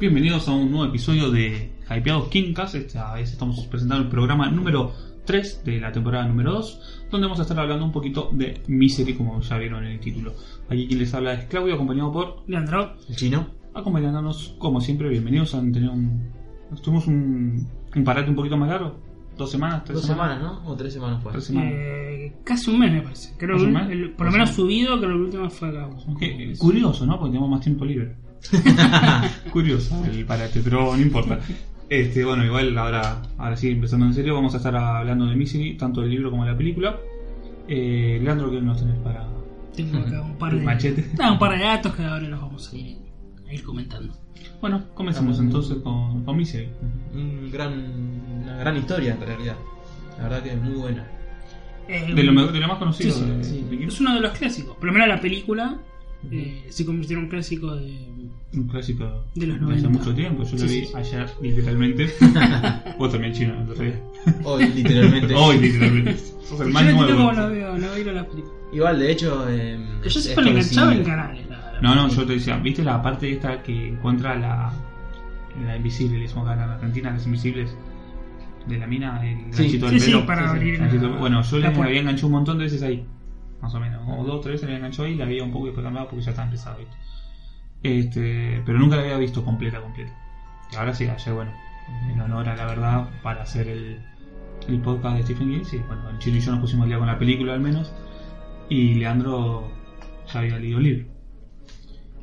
Bienvenidos a un nuevo episodio de Hypeados Quincas. Esta vez estamos presentando el programa número 3 de la temporada número 2, donde vamos a estar hablando un poquito de Misery, como ya vieron en el título. Aquí quien les habla es Claudio, acompañado por Leandro, el chino. Acompañándonos, como siempre, bienvenidos. Han tenido un. Tuvimos un, un parate un poquito más largo. ¿Dos semanas? ¿Tres Dos semanas, ¿no? O tres semanas fue. Tres semanas. eh, casi un mes me parece. Creo ¿Casi que un el- mes? el- por lo menos subido, creo que el último fue acá. Qué curioso, ¿no? Porque tenemos más tiempo libre. curioso el parate, pero no importa. Este, bueno, igual ahora, ahora sí, empezando en serio, vamos a estar hablando de Misery, tanto el libro como la película. Eh, Leandro, ¿qué nos tenés para Tengo acá un par eh, el de machete? Ah, un par de datos que ahora los vamos a ir, a ir comentando. Bueno, comencemos entonces con, con Misery. Un gran, una gran historia en realidad. La verdad que es muy buena. Eh, De lo, me- de lo más conocido. Sí, sí, de- sí. eh, de- Es uno de los clásicos. Por lo menos la película eh, se convirtió en un clásico de. Un clásico De los hace 90. mucho tiempo. Yo lo Sí, vi sí. ayer, literalmente. Vos también, chino, el otro día. Hoy, literalmente. Hoy, literalmente. Sos el Yo este más no entiendo nuevo. cómo lo veo, no veo la película. Igual, de hecho. eh, Yo es siempre la enganchaba en conocida. canales. La, la- No, no, yo te decía, ¿viste la parte esta que encuentra la, la invisible, le decimos acá en Argentina, las invisibles? De la mina, el Sí, ganchito Sí, del sí, pelo. para Sí, sí, abrir. El ganchito- la- bueno, yo la la puerta. había enganchado un montón de veces ahí, más o menos, o dos, tres veces la había enganchado ahí, la veía un poco y después cambiaba porque ya estaba empezado, ¿viste? Este, pero nunca la había visto completa, completa. Y ahora sí, ayer, bueno, en honor a la verdad, para hacer el, el podcast de Stephen King, sí, bueno, el chino y yo nos pusimos al día con la película al menos, y Leandro ya había leído el libro.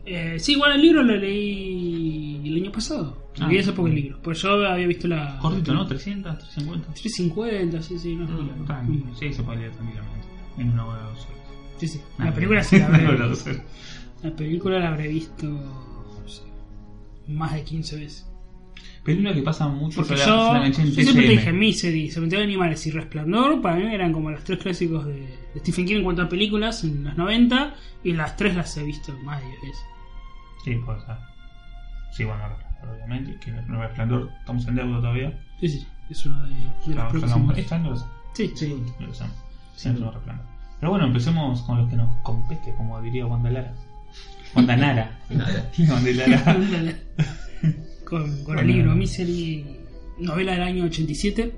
Eh, sí, igual el libro lo leí el año pasado. Ah. Leí hace poco el libro. Pues yo había visto la. Cortito, ¿no? 300, 350. 350, sí, sí, Ah, no es Mm, mucho. Tranquilo, Mm, sí, se puede leer tranquilamente. En una hora o dos horas. Sí, sí. Ah, La película sí la habré una hora o dos horas. La película la habré visto no sé, más de 15 veces. Película que pasa mucho. Porque se la- se la yo, enganché en yo siempre te TCM. dije Misery, Cementerio de Animales y Resplandor, para mí eran como los tres clásicos de, de Stephen King en cuanto a películas en los 90 y las tres las he visto más de 10 veces. Sí, puede ser. Sí, bueno, Resplandor, obviamente. Que no resplandor, estamos en deuda todavía. Sí, sí, es uno de, de Pero los Resplandor- próximos. Este año lo hacemos. Sí, sí. Sí. Lo hacemos. Este Sí, Sí. hacemos Resplandor. Pero bueno, empecemos con los que nos compete, como diría Wanda Lara. Wanda Nara. Nada. Wanda Lara. con, con Bueno. el libro Misery, novela del año 87.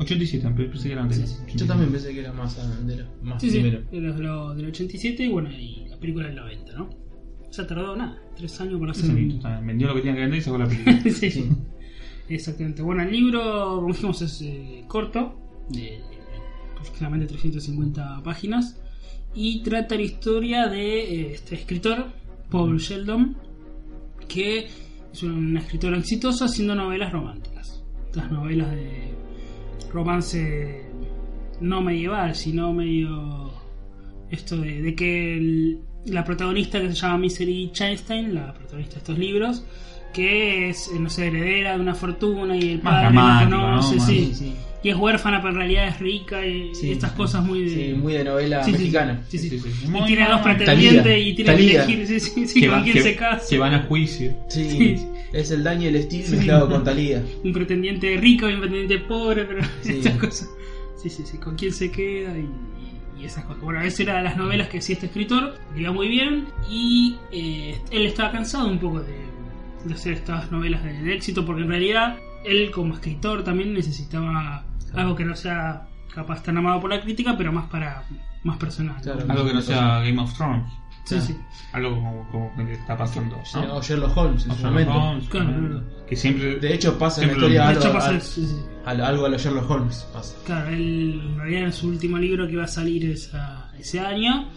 87, empe- pensé que eran Sí, de- sí. Yo también pensé que era más bandera. Más Sí, sí, primero. de los, de los- del 87 y bueno, y la película del 90, ¿no? O sea, tardó nada, tres años para hacer. Sí, también. Vendió lo que tenía que vender y sacó la película. Sí, exactamente. Bueno, el libro, como dijimos, es eh, corto, de, de aproximadamente 350 páginas, y trata la historia de eh, este escritor, Paul Sheldon, que es una escritora exitosa haciendo novelas románticas. Estas novelas de romance no medieval, sino medio esto de, de que el- la protagonista que se llama Misery Chastain, la protagonista de estos libros, que es, eh, no sé, heredera de una fortuna y el Más padre la dramático, conoce, ¿no? Más- sí. sí. Y es huérfana, pero en realidad es rica y, Sí. y estas cosas muy de... Sí, muy de novela Sí, sí, mexicana. sí, sí. Sí, sí. Y tiene a dos Talía. pretendientes y tiene que Talía. elegir sí, sí, sí, con van- quién se casa. que van a juicio. Sí, Sí. Es el Daniel Steele mezclado con Talía. un pretendiente rico y un pretendiente pobre, pero Sí. estas cosas. Sí, sí, sí, con quién se queda y, y esas cosas. Bueno, esa era de las novelas que hacía este escritor, le iba muy bien y eh, él estaba cansado un poco de, de hacer estas novelas de, de éxito porque en realidad él como escritor también necesitaba algo que no sea capaz tan amado por la crítica, pero más para más personal. ¿no? Claro. Algo que no sea Game of Thrones. Sí, sí. Algo como, como que está pasando. ¿no? Sí, O Ah, Sherlock Holmes en O su Sherlock momento. Holmes, Claro. tremendo. Que siempre. De hecho pasa en la Siempre lo historia mismo. De algo, hecho, pasa- a- sí, sí. al- algo a los Sherlock Holmes. Pasa. Claro, él en realidad en su último libro que va a salir esa- ese año,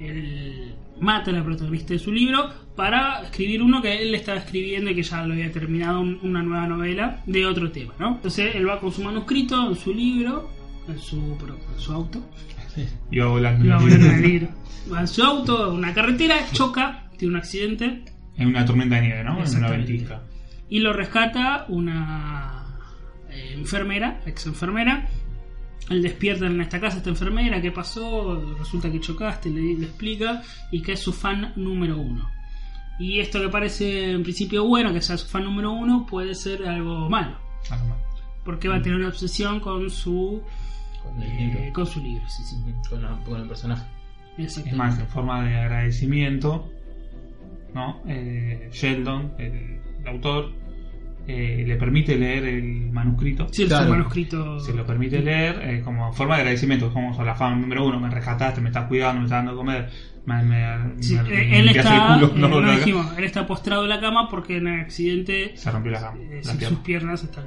él mata a la protagonista de su libro para escribir uno que él estaba escribiendo y que ya lo había terminado un- una nueva novela de otro tema, ¿no? Entonces él va con su manuscrito, en su libro, en su, pro- en su auto, Iba volando. iba volando en el libro, va en su auto, en una carretera, choca, tiene un accidente En una tormenta de nieve, ¿no? En una Exactamente. ventisca. y lo rescata una eh, enfermera, ex enfermera. Él despierta en esta casa, esta enfermera, ¿qué pasó? Resulta que chocaste, le, le explica y que es su fan número uno. Y esto que parece en principio bueno, que sea su fan número uno, puede ser algo malo. Algo más. Porque va a tener una obsesión con su, Con el eh, libro. con su libro. Sí, sí. Con, la- con el personaje. Es Exactamente. más, en forma de agradecimiento, ¿no? Eh, Sheldon, el, el autor, eh, le permite leer el manuscrito. Sí, Claro. su manuscrito. Se lo permite leer eh, como forma de agradecimiento, como a la fan número uno, me rescataste, me estás cuidando, me estás dando de comer, me, me, Sí, me eh, él limpiaste está, el eh, culo, no, lo no, dijimos, él está postrado en la cama porque en el accidente se rompió la, cama, Eh, la sí, pierna. sus piernas están.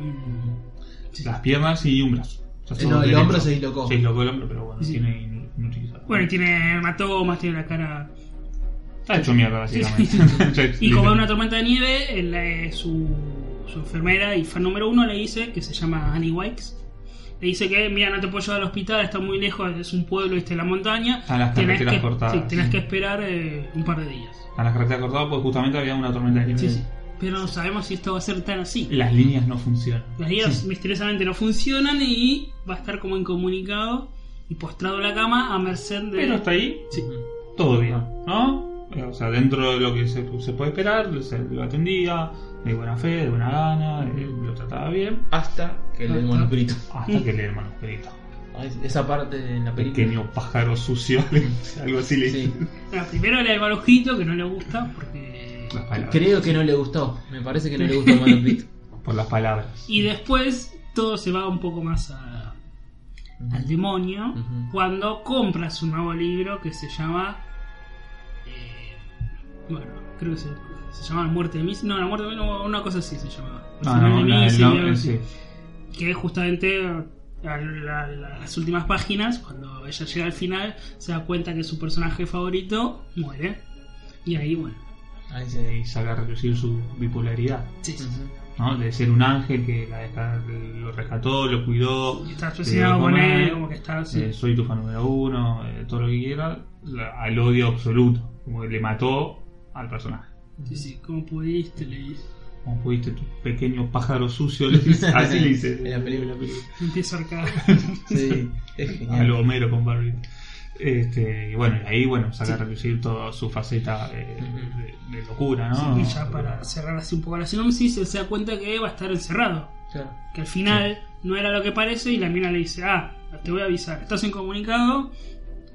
Sí. Las piernas y un brazo. O sea, Eh, todo no, el derecho. hombro se dislocó. Se dislocó el hombro, pero bueno, Sí. tiene in- inutilizado. Bueno, y tiene hematomas, tiene la cara. Está hecho mierda, Sí, básicamente. Y como es una tormenta de nieve, el, eh, su, su enfermera y fan número uno le dice, que se llama Annie Wikes, le dice que, mira, no te puedo llevar al hospital, está muy lejos, es un pueblo, viste, en la montaña. Están Ah, las tenés carreteras que, cortadas, sí, tenés sí. que esperar eh, un par de días. A las carreteras cortadas, pues justamente había una tormenta de nieve. Sí, sí. Pero no sabemos si esto va a ser tan así. Las líneas no funcionan. Las guías misteriosamente no funcionan y va a estar como incomunicado y postrado en la cama a merced de... Pero hasta ahí, Sí. todo bien, ¿no? Eh, O sea, dentro de lo que se, se puede esperar, se lo atendía de buena fe, de buena gana, eh, lo trataba bien, Hasta que le Hasta- dimos el grito. hasta que lee el manuscrito. Ah, es- Ah, Esa parte en la película. Pequeño pájaro sucio, algo así le Sí. Bueno, primero le da el manuscrito que no le gusta porque. Las palabras. Creo que no le gustó. Me parece que no le gustó el manuscrito. Por las palabras. Y después todo se va un poco más a- al demonio Ujú. cuando compra su nuevo libro que se llama. eh, bueno, creo que se, se llama La Muerte de Missy. No, La Muerte de Missy, no, una cosa así se llamaba. El Ah, final no, de la- Missy, la- algo así. sí. que es justamente a la- la- las últimas páginas, cuando ella llega al final, se da cuenta que su personaje favorito muere. Y ahí, bueno. Ahí Eh, Y se ahí saca a relucir su bipolaridad, Sí, sí. Ujú. ¿no? De ser un ángel que la desca- lo rescató, lo cuidó, Y Está obsesionado Pero con como él, es- como que está así. eh, soy tu fan número uno, eh, todo lo que quiera, la- al odio absoluto, como que le mató al personaje. Sí, sí, ¿cómo pudiste? Le dice. Como pudiste tu pequeño pájaro sucio, le dice, así le dice. En la película. Empiezo acá. Sí, es Al genial. Homero con Barbie. Este, y bueno, y ahí bueno, saca a relucir toda su faceta eh, Ujú. de, de locura, ¿no? y ya para cerrar así un poco la sinopsis, él se da cuenta que va a estar encerrado. Claro. Que al final no era lo que parece y la mina le dice, ah, te voy a avisar, estás incomunicado,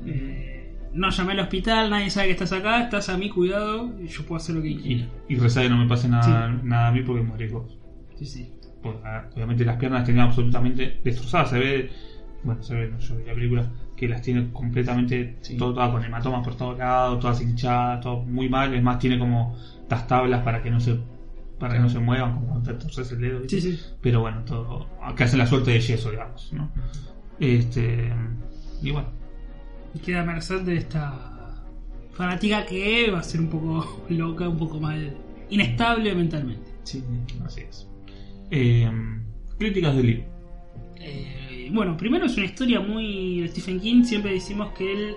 eh, no llamé al hospital, nadie sabe que estás acá, estás a mi cuidado y yo puedo hacer lo que Y, quiera. y rezá que no me pase nada, nada a mí porque muere vos. Sí, sí. Porque, ah, obviamente las piernas las tenía absolutamente destrozadas. Se ve, bueno, se ve, no, yo vi la película que las tiene completamente, Sí. todo, todas con hematomas por todos lados, todas hinchadas, todo muy mal. Es más, tiene como las tablas para que no se para que no se muevan, como cuando te torces el dedo. ¿viste? Sí, sí. Pero bueno, todo, que hacen la suerte de yeso, digamos. ¿no? Este, y bueno, Y queda a merced de esta fanática que va a ser un poco loca, un poco mal, inestable mentalmente. Sí. así es. Eh, críticas del libro. Eh, bueno, primero es una historia muy de Stephen King. Siempre decimos que él,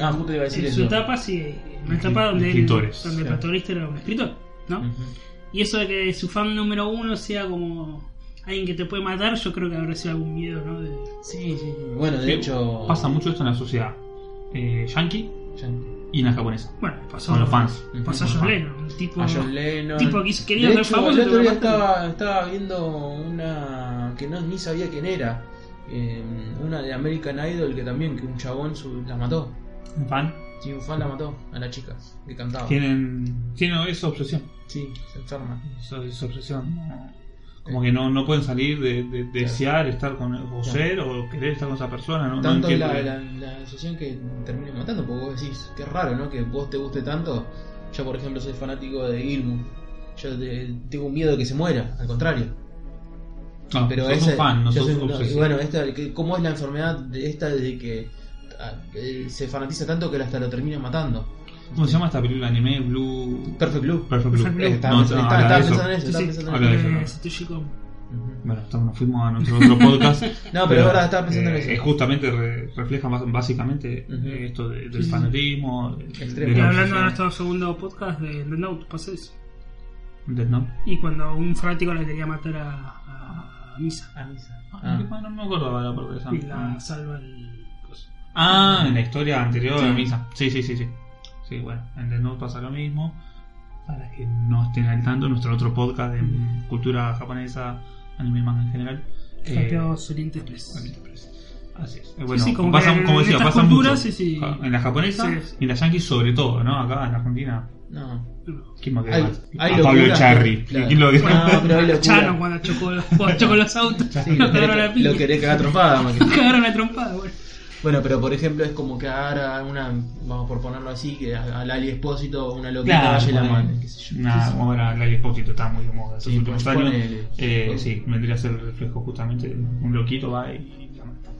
Ah, justo te iba a decir en eso. su etapa, sí, una Escri- etapa donde, él- escritores, Mm. donde el claro. protagonista era un escritor, ¿no? Ujú. Y eso de que su fan número uno sea como alguien que te puede matar, yo creo que habrá sido algún miedo, ¿no? De- Sí, sí. Bueno, de Sí, hecho. Pasa mucho esto en la sociedad eh, yankee Ya- y en la japonesa. bueno, pasó, Con los fans. pasó a Con los John fans. Lennon, un tipo, A John Lennon. tipo que hizo- quería de ser hecho, famoso, el otro pero día lo mataron. estaba, estaba viendo una que no ni sabía quién era. Y eh, una de American Idol que también, que un chabón su- la mató. ¿Un fan? Sí, un fan la mató a la chica que cantaba. Tienen, tienen esa obsesión. Sí, se enferma. Eso es obsesión. no- Como que no, no pueden salir de, de- de desear estar con o ser o querer estar con esa persona. No, No Tanto es entiendo la, bien. la, la obsesión que termina matando, porque vos decís, qué raro, ¿no? Que vos te guste tanto. Yo, por ejemplo, soy fanático de Ilmu. Yo te- tengo miedo de que se muera, al contrario. No, pero Ah, sos ese- un fan, no yo sos soy- un no, y obsesivo. bueno, esta, que- ¿cómo es la enfermedad de esta de que ah, eh, se fanatiza tanto que hasta lo termina matando? ¿Cómo se llama esta película anime? Blue... Perfect Blue. Perfect Blue. Perfect Blue. Eh, No, Estaba no, estaba- habla de estaba eso. pensando en eso, Sí, estaba sí. pensando en Habla de eso, Eh, ¿no? Satoshi Kon. eso. Bueno, estamos- nos fuimos a nuestro otro podcast. No, pero ahora estaba pensando en eh, eso. eh, Justamente re- refleja más- básicamente Ujú. eh, esto de- Sí, del sí. fanatismo, de- Extremo. de Y la hablando de obsesión. nuestro segundo podcast de The Note, pasó eso. Death Note. Y cuando un fanático le quería matar a, a Misa. A misa. Ah, No me acordaba la parte de Y esa. la salva el. coso. Ah, en la historia anterior a Sí. la misa. Sí, sí, sí, sí. Sí, bueno, en Death Note pasa lo mismo. Para que no estén al tanto, nuestro otro podcast de mm, cultura japonesa, anime y manga en general. eh, Campeos Oriente Express. Oriente Así es. Eh, Bueno, sí, como pasa- que en como decía, estas pasa culturas, mucho. sí, sí. Ah, En la japonesa Sí. y en la yankee sobre todo, ¿no? Acá en Argentina. No. No. ¿Quién más que Hay- más? hay A locuras Pablo que- Charri. claro. ¿Quién lo que Bueno, No, pero hay locura. Chano cuando chocó, cuando chocó los autos. Sí, lo cagaron a lo, querés, la piña. lo querés cagar trompada, más que- Cagaron la trompada, bueno. Bueno, pero por ejemplo es como que ahora una, vamos por ponerlo así, que a- al Ali Espósito una loquita Claro, vaya y la ponele. mate, qué sé yo. Nada, ahora Lali Espósito está muy de moda estos Sí, últimos pues, años. ponele. Eh, sí, vendría a ser el reflejo justamente de un loquito va y la mata.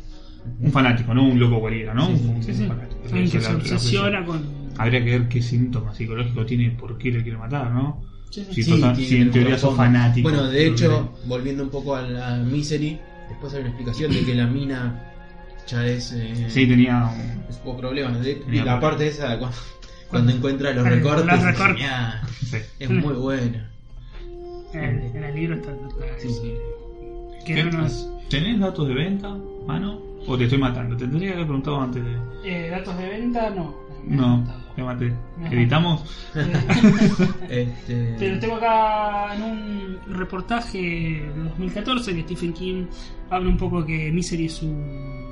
Un fanático, no un loco cualquiera, ¿no? Sí, sí, un, Sí, sí. un fanático. Alguien Esa que se es la- la obsesiona obsesión. con. Habría que ver qué síntomas psicológicos tiene y por qué le quiere matar, ¿no? Sí, sí. Sí, total, tiene sí, en un teoría sos trasfondo. fanático. Bueno, de Pero hecho, volviendo un poco a la Misery, después hay una explicación de que la mina ya es... eh, Sí, tenía un... es poco problema. De- y Tenía la problemas. parte esa, cuando, cuando encuentra los Los recortes, es recortes. genial. Sí. es muy buena. En el, en el libro está. está Sí, eso. sí. Que ¿Qué- no nos- ¿Tenés datos de venta, mano? ¿O te estoy matando? Te tendría que haber preguntado antes de... Eh, datos de venta, no. No, te maté. Ajá. ¿Editamos? Este, Pero tengo acá en un reportaje de 2014 que Stephen King habla un poco que Misery es su,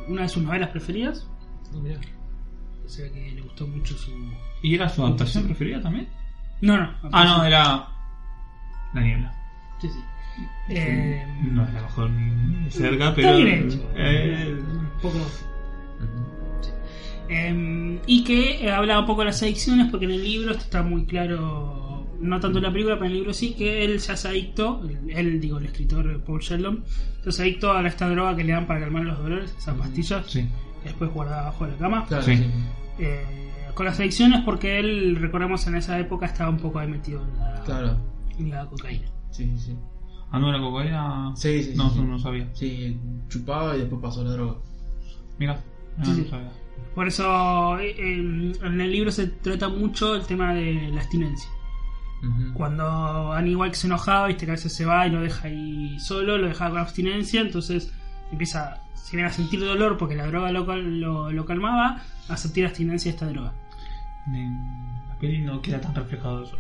una de sus novelas preferidas. Ah, mirá. O sea que le gustó mucho su. ¿Y era su adaptación preferida también? No, no. Ah, no, era... La niebla. Sí, sí. Eh, No es la mejor ni de cerca, pero. Está bien hecho. Eh, Un poco Ujú. Eh, y que eh, hablaba un poco de las adicciones, porque en el libro esto está muy claro, no tanto en la película, pero en el libro sí, que él ya es adicto, él, él, digo, el escritor eh, Paul Sheldon, es adicto a esta droga que le dan para calmar los dolores, esas pastillas, sí. que después guardada abajo de la cama. Claro, Sí. sí. Eh, con las adicciones, porque él, recordemos, en esa época estaba un poco ahí metido en la, Claro. en la cocaína. Sí, sí, sí. Ah, no, la cocaína. Sí, sí, sí, no, sí. no, no sabía. Sí, chupaba y después pasó la droga. Mira, no, Sí, sí. no sabía. Por eso eh, eh, en el libro se trata mucho el tema de la abstinencia. Ujú. Cuando Annie White se enojaba, viste que a veces se va y lo deja ahí solo, lo deja con abstinencia, entonces empieza, se viene a sentir dolor porque la droga lo, cal- lo, lo calmaba, a sentir abstinencia de esta droga. En la peli no queda tan reflejado eso.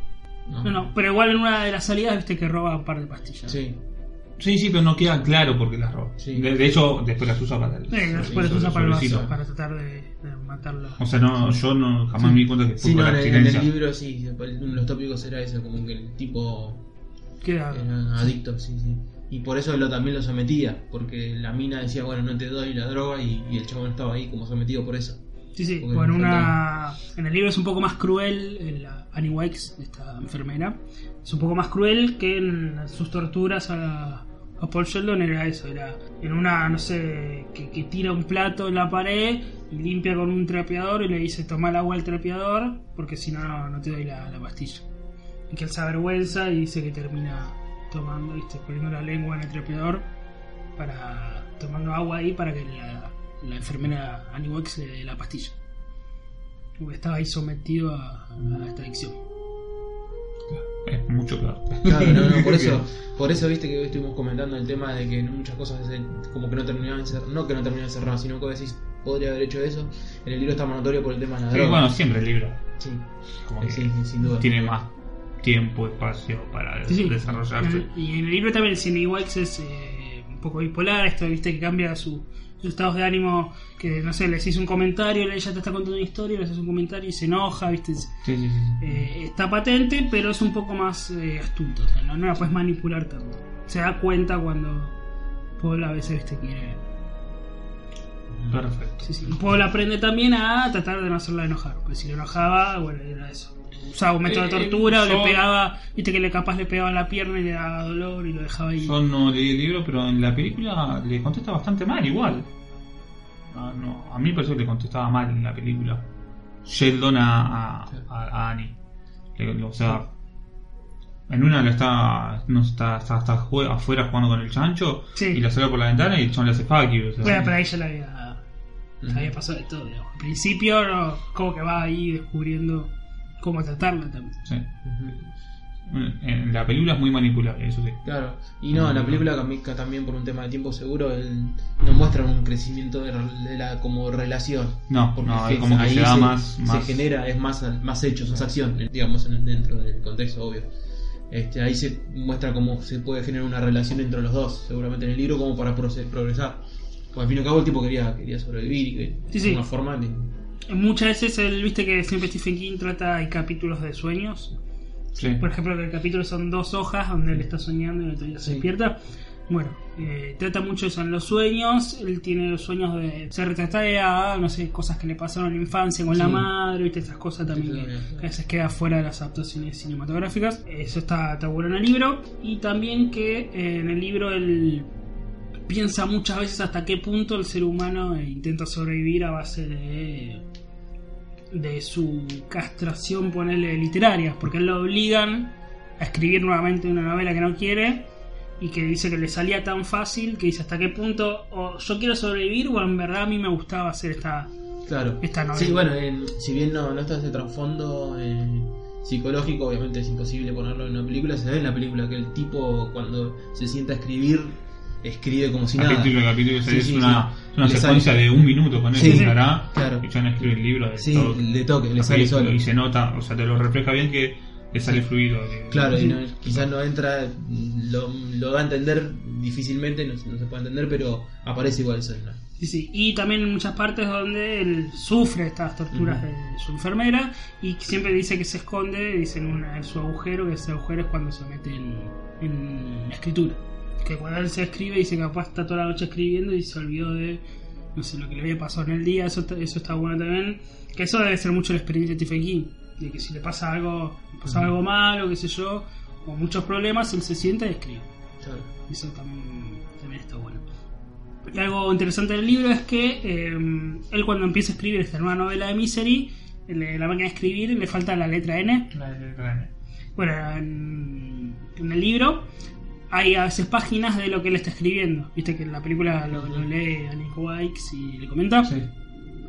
No. No, no, pero igual en una de las salidas, viste que roba un par de pastillas. Ah. Eh, Sí. Sí, sí, pero no queda claro porque las roba. Sí. De, de hecho, después las usa para el. Eh, después sobre- las usa para el sobrecito. vaso, para tratar de, de matarlo. O sea, no, yo no, jamás me di cuenta que fue Sí, por no, en la el, en el abstinencia. libro sí, uno de los tópicos era ese, como que el tipo Queda. era adicto, sí, sí. Y por eso lo, también lo sometía, porque la mina decía, bueno, no te doy la droga y, y el chabón estaba ahí como sometido por eso. Sí, sí, Porque con me una... En el libro es un poco más cruel, en la Annie Wikes, esta enfermera, es un poco más cruel que en sus torturas a, a Paul Sheldon era eso, era en una, no sé, que, que tira un plato en la pared, limpia con un trapeador y le dice, toma el agua del trapeador, porque si no, no, no te doy la, la pastilla. Y que él se avergüenza y dice que termina tomando, ¿viste? poniendo la lengua en el trapeador para tomando agua ahí para que la, la enfermera Annie Wicks le dé la pastilla. Porque estaba ahí sometido a, a esta adicción. Es mucho claro. Claro, no, no, por eso, por eso viste que hoy estuvimos comentando el tema de que muchas cosas es el- como que no terminaban de cerrar, no que no terminaban de cerrar, sino que vos decís, podría haber hecho eso. En el libro está más notorio por el tema de la Sí, droga. bueno, siempre el libro. sí, Como que sí, sin duda. Eh, tiene más tiempo, espacio para Sí, sí. desarrollarse. Y en el libro también, si Annie Wicks es eh, un poco bipolar, esto viste que cambia su estados de ánimo que, no sé, les hice un comentario, ella te está contando una historia, le haces un comentario y se enoja, ¿viste? Sí, sí, sí. Eh, está patente, pero es un poco más eh, astuto, o sea, no, no la puedes manipular tanto. Se da cuenta cuando Paul a veces, ¿viste? Quiere... Perfecto. Sí, sí. Paul aprende también a tratar de no hacerla enojar, porque si la enojaba, bueno, era eso. Usaba un método de Eh, tortura, o yo- le pegaba, viste que le capaz le pegaba la pierna y le daba dolor y lo dejaba ahí. Yo no leí el libro, pero en la película le contesta bastante mal, igual. No, no, a mí me pareció que le contestaba mal en la película. Sheldon a, a, a- a Annie. Le- le- o sea, en una la está, no, está, está, está jue- afuera jugando con el chancho Sí. y la saca por la ventana y el chon le hace fuck you. o sea, Bueno, pero ahí ya le había, le había pasado de todo, digamos. Al principio, no, como que va ahí descubriendo cómo tratarla también. sí. Ujú. Bueno, En la película es muy manipulable, eso sí. Claro, y no, en la película cami- ca- también por un tema de tiempo seguro el- no muestran un crecimiento de, re- de la como relación. No, Porque no, se- es como que ahí se da se- más, se más- genera, es más, más hechos, más acción, digamos, en- dentro del contexto, obvio. Este, ahí se muestra cómo se puede generar una relación entre los dos, seguramente en el libro, como para proce- progresar. Porque al fin y al cabo el tipo quería, quería sobrevivir y que Sí, sí. de alguna forma le- Muchas veces, el, viste que siempre Stephen King trata, hay capítulos de sueños. Sí. Por ejemplo, que el capítulo son dos hojas donde él está soñando y el otro día se Sí. despierta. Bueno, eh, trata mucho eso en los sueños. Él tiene los sueños de. Se retrata a, no sé, cosas que le pasaron en la infancia con la Sí. madre, viste, esas cosas también que, también. que a veces queda fuera de las adaptaciones cinematográficas. Eso está, está bueno en el libro. Y también que eh, en el libro él piensa muchas veces hasta qué punto el ser humano eh, intenta sobrevivir a base de de su castración, ponerle literaria, porque él lo obligan a escribir nuevamente una novela que no quiere y que dice que le salía tan fácil que dice hasta qué punto o yo quiero sobrevivir o en verdad a mí me gustaba hacer esta... Claro. Esta novela. Sí, bueno, en- si bien no, no está ese trasfondo eh, psicológico, obviamente es imposible ponerlo en una película, se ve en la película que el tipo cuando se sienta a escribir, escribe como si nada. capítulo a capítulo, o sea, Sí, es sí, una, sí. es una Le secuencia sale- de un minuto con él, Sí, que sí, hará, claro. y yo no escribe el libro de Sí, todo. le toque, le Así sale es, solo. Y se nota, o sea, te lo refleja bien que le sale fluido. que- Claro, y no- quizás no entra, lo, lo da a entender difícilmente, no, se- no se puede entender, pero aparece igual eso. ¿no? Sí, sí. Y también en muchas partes donde él sufre estas torturas Ujú. de su enfermera y que siempre dice que se esconde, dice en, una- en su agujero, que ese agujero es cuando se mete en, en la escritura. Que cuando él se escribe, dice que capaz está toda la noche escribiendo y se olvidó de, no sé, lo que le había pasado en el día, eso, está- eso está bueno también. Que eso debe ser mucho la experiencia de Stephen King, de que si le pasa algo, le pasa Ujú. algo malo, qué sé yo, o muchos problemas, él se sienta y escribe. Claro. Eso también, también está bueno. Y algo interesante del libro es que eh, él cuando empieza a escribir esta nueva novela de Misery, le- la máquina de escribir le falta la letra N. La de Ucrania. Bueno, en, en el libro hay a veces páginas de lo que él está escribiendo. Viste que en la película lo, lo lee a Nick Wikes y le comenta. Sí.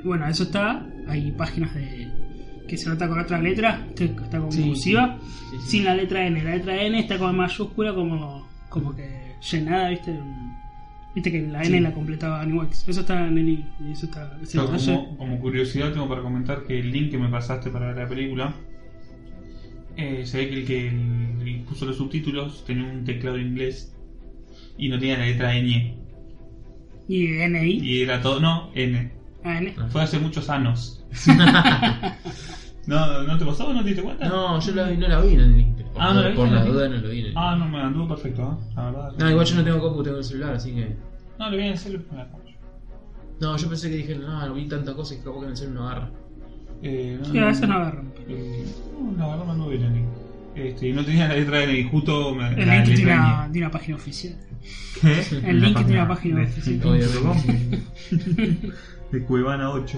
Bueno, eso está. Hay páginas de que se nota con otras letras, que está con Sí, cursiva Sí, sí. sin la letra N. La letra N está como en mayúscula, como, como que llenada, ¿viste? Viste que la N la completaba Aniwax. Eso está en el. i- Eso está. ese Yo detalle. como, como curiosidad tengo para comentar que el link que me pasaste para ver la película, eh, se ve que el que el- puso los subtítulos tenía un teclado inglés y no tenía la letra ñ. Y NI. Y era todo, no, N. AN. Fue hace muchos años. no, ¿No te pasó? ¿No te diste cuenta? No, yo la vi- no la vi en el link. Por, Ah, ¿no la viste por en la el link? duda no lo vi en el Ah, no, me anduvo perfecto, ¿eh? la verdad. No, igual yo no tengo compu, tengo el celular, así que... No, lo voy a hacer con la concha. No, yo pensé que dije, no, no vi tanta cosa que capaz que en el celular no agarra. Eh, Sí, a veces no agarran. Eh, no, la verdad me anduvo bien Ani. Este, y no tenía la letra N y justo me, El la link tiene letra una, tiene una página oficial. N. el link tiene una página de- oficial. de- Obviamente. De Cuevana 8.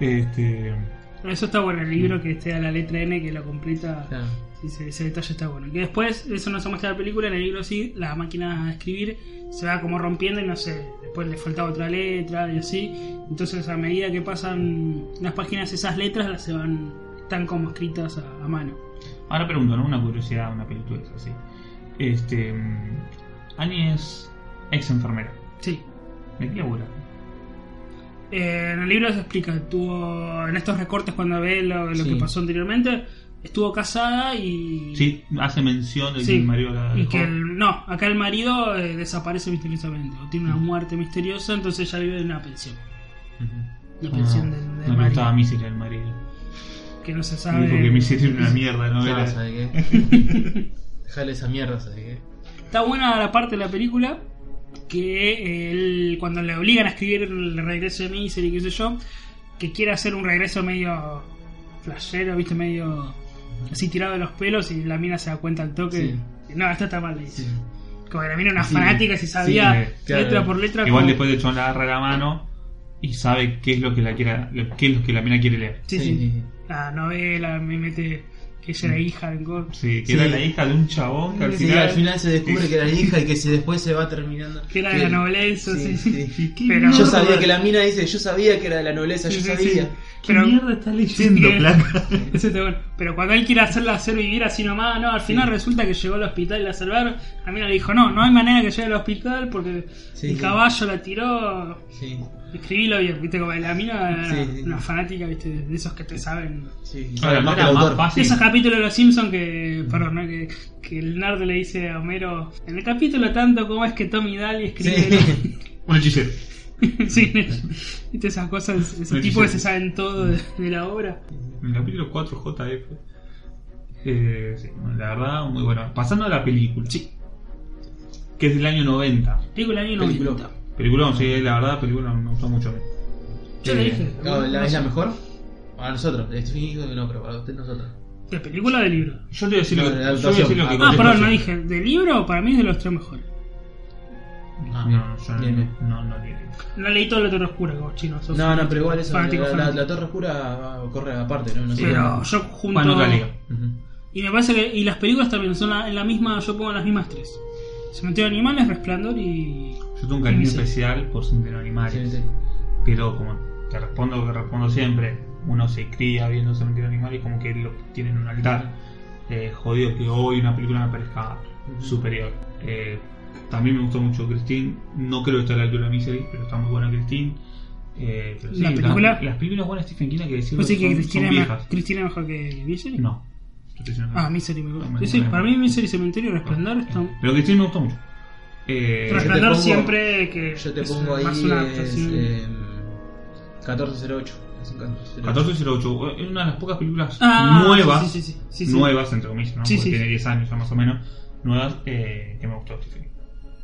Este. Pero eso está bueno, el libro que esté a la letra N que la completa. Claro. Sí, ese, ese detalle está bueno. Que después, eso no se muestra en la película, en el libro sí, la máquina de escribir se va como rompiendo y no sé, después le faltaba otra letra y así. Entonces a medida que pasan las páginas, esas letras las se van, están como escritas a, a mano. Ahora pregunto, ¿no? Una curiosidad, una película así. Este. mm, Ani es ex enfermera. Sí. ¿De qué labura? Eh, en el libro se explica, tuvo en estos recortes cuando ve lo, lo Sí. que pasó anteriormente, estuvo casada y. Sí, hace mención de que Sí. el marido la Y dejó. que el- no, acá el marido eh, desaparece misteriosamente, o tiene una muerte misteriosa, entonces ella vive en una pensión. Ujú. La pensión no, del- del Ah, no me marido. gustaba Misery el marido. Que no se sabe. Porque Misery era una mierda, ¿no? Ah, Era- ¿sabe qué? Dejale esa mierda, ¿sabe qué? Está buena la parte de la película que eh, él, cuando le obligan a escribir el regreso de Misery, qué sé yo, que quiere hacer un regreso medio flashero, viste, medio así tirado de los pelos y la mina se da cuenta al toque. Sí. que, No, esto está mal, le dice. Sí. Como que la mina era una Sí, eh, fanática, si sabía sí, claro. letra por letra. Igual como- después de hecho le agarra la mano y sabe qué es lo que la quiera, lo- qué es lo que la mina quiere leer. Sí, sí. La novela me mete que ella era hija del Gore. Sí, que Sí. era la hija de un chabón que al Sí, final. al final se descubre que era hija y que se, después se va terminando. Que era de la nobleza, sí, sí. Pero- Yo sabía que la mina dice, yo sabía que era de la nobleza, yo Sí, sí, sabía. sí. Pero- está Sí. placa? Ese está bueno. Pero cuando él quiere hacerla hacer vivir así nomás, no, al final resulta que llegó al hospital y la salvaron. A mí le dijo, no, no hay manera que llegue al hospital porque Sí, el sí. caballo la tiró. Sí, Escribilo bien, viste, como la mina era Sí, sí. una fanática, viste, de esos que te saben. sí. Ahora, No más, era más autor. fácil. Esos capítulos de los Simpsons que, perdón, ¿no? que, que el nardo le dice a Homero, en el capítulo tanto como es que Tommy Daly escribe. Sí. Un hechicero. Sí, viste esas cosas, ese No, tipo que sí. se saben todo de, de la obra. En el capítulo 4JF. Eh, sí, bueno, la verdad, muy bueno. Pasando a la película. Sí. Que es del año 90. Película del año Película. 90. Peliculón, sí, la verdad, película me gustó mucho. Yo le Eh, dije. No, ¿la- ¿Es la mejor? Para nosotros, es fijo que no, pero para usted nosotros. ¿De película o de libro? Yo te voy a decir lo No, que. la yo voy a adaptación. decir lo que Ah, Ah, conté perdón, no recién. dije. ¿De libro? Para mí es de los tres mejores. No, no, yo no- Bien, bien. no, no, no, no. No leí todo la Torre Oscura, como chino. sos No, no, pero igual eso, la, fanático, la- fanático. la Torre Oscura ah, corre aparte, ¿no? no sé. Pero yo junto... Bueno, otra liga. Ujú. Y me parece que... Y las películas también son la- en la misma... Yo pongo las mismas tres. Cementerio de Animales, Resplandor y... Yo tengo un cariño Sí. especial por Sendero Animales. Sí, sí. Pero como te respondo lo que respondo siempre, uno se cría viendo Cementerio Animales como que lo tiene en un altar. Eh, jodido que hoy una película me parezca Ujú. superior. Eh, también me gustó mucho Christine. No creo que esté a la altura de Misery, pero está muy buena Christine. Eh, pero sí, ¿La película? las- las películas buenas de Stephen King hay que decirlo No sé que que son, son Cristina, es viejas. ma- Cristina es mejor que Misery. No. Estoy diciendo que Ah, Misery me gusta. No, Sí, sí, no, para no. eh, mí Misery, Cementerio y Resplandor están... Pero Christine me gustó mucho. Eh, yo te Resplandor pongo- siempre que... Yo te es pongo ahí más es, una adaptación. eh, 1408. Es un 1408. 1408 es eh, una de las pocas películas Ah, nuevas, sí, sí, sí, sí, sí. nuevas entre comillas, ¿no? Sí, porque sí, tiene sí. 10 años ya más o menos, nuevas eh, que me gustó este film.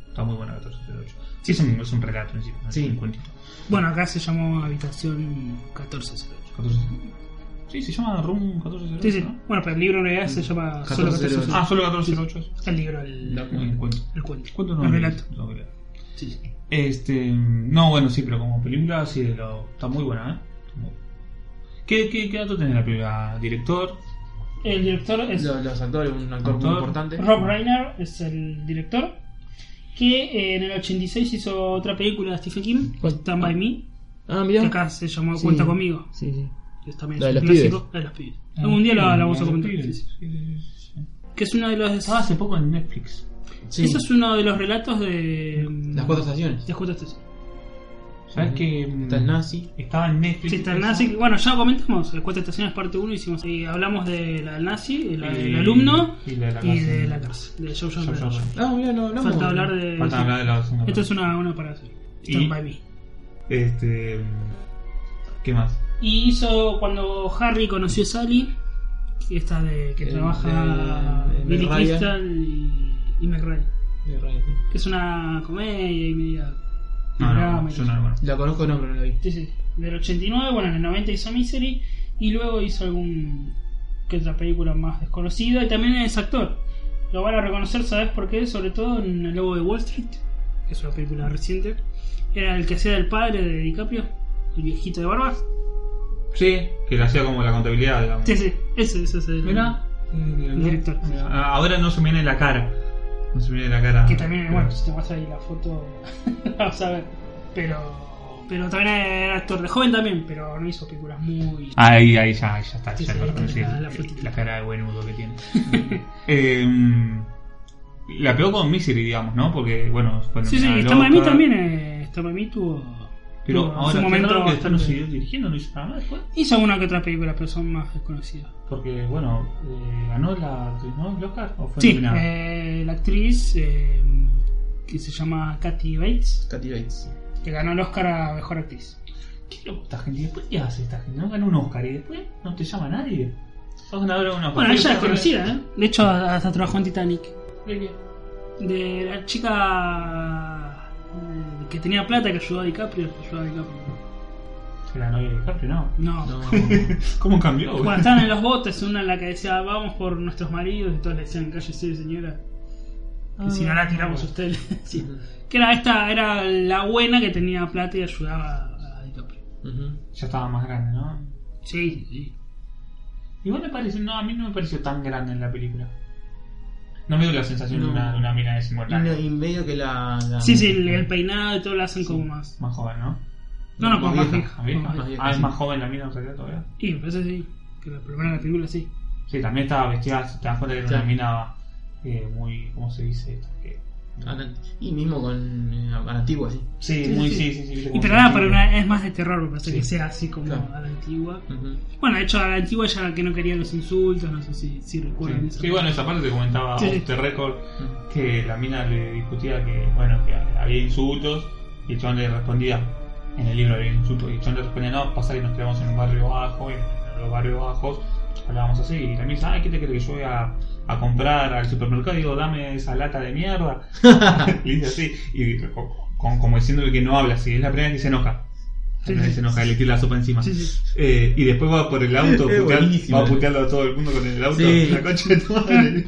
Está muy buena 1408. Sí, es un, es un relato en sí, ¿no? Sí. es un cuentito. Bueno, acá se llamó Habitación 1408. 1408. Sí, se llama Room 1408. Sí, sí. ¿no? Bueno, pero el libro en realidad se llama solo 1408. 1408. Ah, solo 1408 es. El libro, el, No. Un cuento. el cuento. Cuento no el es- relato. no, relato. Sí, sí. Este, no, bueno, sí, pero como película sí, lo- está muy buena, ¿eh? Está muy buena. ¿Qué, qué, ¿Qué dato tiene la película? ¿Director? El director es Los, los actores, un actor muy Actor. importante. Rob Reiner, es el director, que eh, en el 86 hizo otra película de Stephen King, ¿Cuál? Stand By Me, Ah, que mirá. acá se llamó Sí. Cuenta Conmigo. Sí, sí. Es también La de es un los clásico. La de los pibes. Algún día la, la vamos a comentar. Ah. Sí, sí, Sí, sí. sí, sí. Que es uno de los... Estaba hace poco en Netflix. Sí. Eso es uno de los relatos de... Las cuatro estaciones. De Justo Estación. ¿Sabes que em, mm, Está el nazi. Estaba en Netflix. Sí, está el nazi. que- Bueno, ya comentamos. Las cuatro estaciones parte 1 hicimos. Y hablamos de la del nazi, de la del Y- alumno y la de la y cárcel. de la cárcel. De Joe John Joe Brown. John. Ah, mira, no hablamos. Falta hablar de. Falta hablar de la segunda Esto es parte. una, una para hacer. Stand Y- by me. Este. mm, ¿Qué más? Y hizo cuando Harry conoció a Sally, que esta de que El- trabaja de- de Billy Ryan. Crystal y, y McRae. De Ryan, sí. Que es una comedia y media. No, no, drama y yo todo no, eso. bueno. La conozco de nombre, no la vi. Sí, sí. Del 89, bueno, en el 90 hizo Misery y luego hizo algún que otra película más desconocida y también es actor. Lo van a reconocer, ¿sabes por qué? Sobre todo en El Lobo de Wall Street, que es una película reciente. Era el que hacía del padre de DiCaprio, el viejito de barba. Sí, que la hacía como la contabilidad, digamos. Sí, sí, ese, ese es el, Mirá. el director. Ah, Ahora no se me viene la cara. No se me viene la cara. Que también, Pero- bueno, si te muestra ahí la foto, vas a ver. Pero, pero también era actor de joven también, pero no hizo películas muy... Ah, Ahí, ahí ya, ahí ya está, Sí, ya sí, lo ahí tiene reconocí. la- la Eh, fotito. la cara de buenudo que tiene. Em, la pegó con Misery, digamos, ¿no? Porque, bueno, fue Sí, sí, nominada al Stand By Me Oscar. también. eh, Stand By Me tuvo Pero No, en ahora su qué momento raro que después no bastante. siguió dirigiendo, no hizo nada más después. Hizo una que otra película, pero son más desconocidas. Porque, bueno, eh, ganó la actriz, ¿no? ¿El Oscar? ¿O fue Sí, nominada? eh, la actriz eh, que se llama Kathy Bates, Katy Bates. que ganó el Oscar a Mejor Actriz. ¿Qué loco esta gente? ¿Y después qué hace esta gente? No ganó un Oscar y después no te llama nadie. Sos ganadora de un Oscar. Bueno, ella es Pero- conocida, ¿eh? De hecho, hasta trabajó en Titanic. ¿De qué? De la chica eh, que tenía plata que ayudó a DiCaprio. que ayudó a DiCaprio. ¿Que la novia de DiCaprio? No. No. No, ¿Cómo cambió? güey? Cuando estaban en los botes, una en la que decía, vamos por nuestros maridos, y todos le decían, cállese, señora. que si no la tiramos a usted. Sí. Que era esta, era la buena que tenía plata y ayudaba a DiCaprio. Ujú. Ya estaba más grande, ¿no? Sí, sí. Igual me pareció, no, a mí no me pareció tan grande en la película. No me dio la sensación de, No. una, de una mina de Y, 50 una- años. y medio que la. la- Sí, sí, el, el peinado y todo lo hacen como más. Más joven, ¿no? No, no, como más ¿Más vieja. vieja? Más vieja, ah, es sí. más joven la mina en realidad todavía. Y me parece sí. Que la primera la película sí. Sí, también estaba vestida, si te das cuenta que era Sí. una mina eh, muy, ¿cómo se dice? Este, Que- Ana- Y mismo con. eh, a la antigua, sí. sí, Sí, muy, sí, sí. sí, sí. viste Y como pero nada, que- pero una- es más de terror, me parece Sí. que sea así como Claro. a la antigua. Ujú. Bueno, de hecho a la antigua ya que no querían los insultos, no sé si, si recuerdan Sí, eso. Sí, bueno, esa parte te comentaba Sí, sí. este récord que la mina le discutía que, bueno, que había insultos y el chabón le respondía, en el libro había insultos y el chabón le respondía, no, pasa que nos quedamos en un barrio bajo, y en los barrios bajos hablábamos así y la mina dice, ay, ¿qué te crees que yo voy a, a comprar al supermercado? Y digo, dame esa lata de mierda. le dice así, y con, con- como diciéndole que no habla así, es la primera vez que se enoja. La Sí, primera vez sí. que se enoja, le tira la sopa encima. Sí, sí. Eh, y después va por el auto, Es putear- buenísimo. va puteando a todo el mundo con el auto. Sí. La concha de tu madre.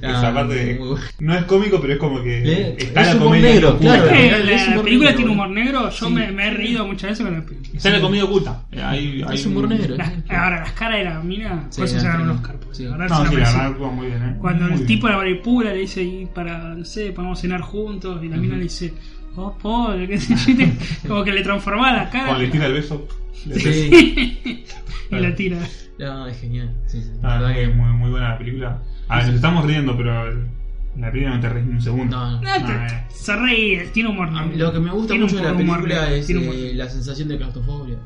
Esa Ah, parte muy bueno. no es cómico, pero es como que Le- está es la humor comedia negro, oculta. claro. Es que es Eh, la, humor película negro. tiene humor negro, yo Sí. me, me he reído muchas veces con la película. Está la comedia oculta. Eh, Hay, hay Es humor un- negro. Las- sí. ahora, las caras de la mina, Sí, por eso se ganó un tremendo. Oscar. porque Sí. la verdad No, se la sí, la mereció. verdad actúa muy bien, ¿eh? Cuando Muy el bien. tipo de la manipula le dice ahí para, no sé, podemos cenar juntos y la mina Ujú. le dice, oh, pobre, qué sé yo, te- como que le transformaba la cara Cuando le tira el beso. le besa. Sí. y la tira. No, es genial. Sí, sí. La verdad que es muy, muy buena la película. A ver, nos estamos riendo, pero en la película no te reís ni un segundo. No, no. Ah, te- Ah, eh. se reíe, tiene humor. A mí Lo que me gusta Tiene un mucho de la poco humor película negro, es tiene eh, humor negro. la sensación de claustrofobia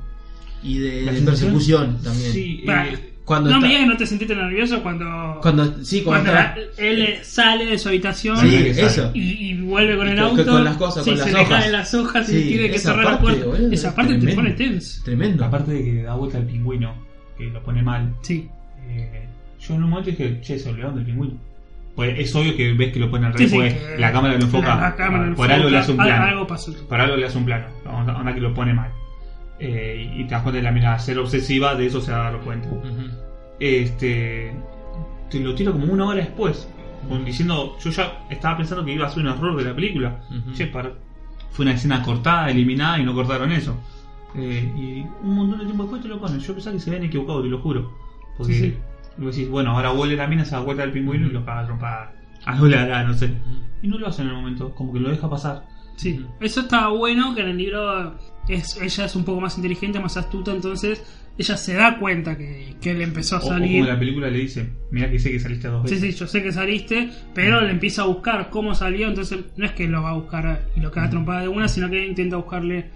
y de, La de sensación- persecución también. Sí, eh, Pará. Cuando, no está- me digas que no te sentiste nervioso cuando, cuando sí, cuando, cuando está- la- él sale de su habitación Sí, sí, eso. y, y vuelve con Y el con- auto. con las cosas, sí, con las se le hojas. caen las hojas y Sí, tiene que esa cerrar la parte, puerta. boludo, esa es parte te tremendo. pone tenso. Tremendo. la parte de que da vuelta el pingüino, que lo pone mal. Sí. Eh, yo en un momento dije, che, se olvidaron del pingüino. Pues es obvio que ves que lo ponen al Sí, revés, sí, pues que- la cámara lo enfoca. La cámara lo por algo enfoca, le hace un al- plano. Algo pasó. Por algo le hace un plano. Onda, onda que lo pone mal. Eh, y te das cuenta de la mirada ser obsesiva, de eso se va a dar cuenta. Ujú. Este. Te lo tiro como una hora después. con- diciendo, yo ya estaba pensando que iba a ser un error de la película. Ujú. Che, par- fue una escena cortada, eliminada y no cortaron eso. Eh, y un montón de tiempo después te lo ponen. Yo pensaba que se habían equivocado, te lo juro. Porque Sí, sí. vos decís, bueno, ahora vuelve la mina, se da vuelta del pingüino y lo caga a trompa a lo larga, no sé. Y no lo hacen en el momento, como que lo deja pasar. Sí, Ujú. eso está bueno que en el libro es, ella es un poco más inteligente, más astuta, entonces ella se da cuenta que, que él empezó O, a o como salir. la película le dice, mira que dice que saliste dos Sí, veces. sí, yo sé que saliste, mm. pero le empieza a buscar cómo salió, entonces no es que lo va a buscar y lo Mm. queda trompada de una, sino que intenta buscarle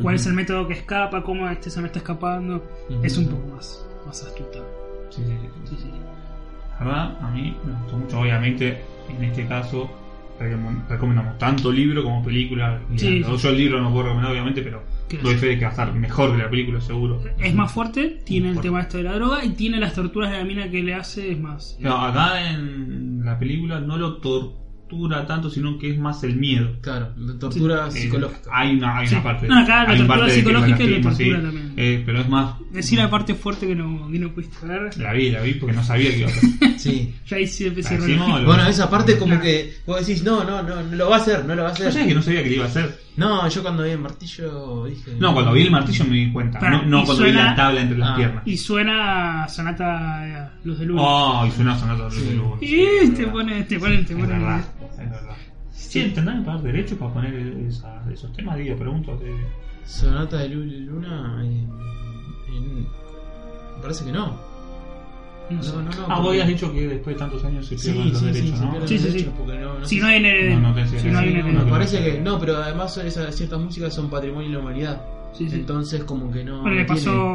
cuál es el método que escapa, cómo este se me está escapando. Ujú. Es un poco más, más astuta. Sí, sí, sí, sí. Sí, sí. La verdad, a mí me gustó mucho. Obviamente, en este caso, recom- recomendamos tanto libro como película. Y Sí, la- sí. Yo el libro no puedo recomendar, obviamente, pero Claro. Eh, doy fe de que va a estar mejor que la película, seguro. Es más fuerte, tiene el Mm. Fuerte. tema este de la droga y tiene las torturas de la mina que le hace, es más. No, acá en la película no lo tortura tanto, sino que es más el miedo. Claro, tortura Eh, psicológica. hay una, hay una Sí. parte. No, acá la hay un tortura parte de que lo psicológica y la lastima, sí. tortura también. Eh, pero es más. Decir la parte fuerte que no, que no pudiste ver. La vi, la vi porque no sabía que iba a pasar. Sí. Ya ahí sí La empecé a decimos, reír. lo- Bueno, esa parte como Claro. que vos decís, no, no, no, no lo va a hacer, no lo va a Yo sabía hacer. que Ah. no sabía que lo iba a hacer. No, yo cuando vi el martillo dije... No, cuando vi el martillo me di cuenta. Pará, No, no y cuando vi suena- la tabla entre las Ah. piernas. Y suena Sonata eh, Luz de Luna. Oh, y suena sonando Sí. de luz. y te pone, te pone, te Es pone. verdad, es verdad. Sí, ¿tendrán que pagar derechos para poner esa- esos temas? Digo, pregunto. te- Sonata de Luz y Luna... eh, en- Me parece que no. No sé. No, no, no. Ah, vos porque- habías dicho que después de tantos años se Sí, pierden los sí, sí, derechos, se ¿no? pierden Sí, los sí, sí. derechos porque no- no Si se- no hay NRD. No, no te- si no hay sí, NRD. no, Me no. parece que no, pero además esas, ciertas músicas son patrimonio de la humanidad. Sí, sí. Entonces, como que no. Bueno, le no tiene-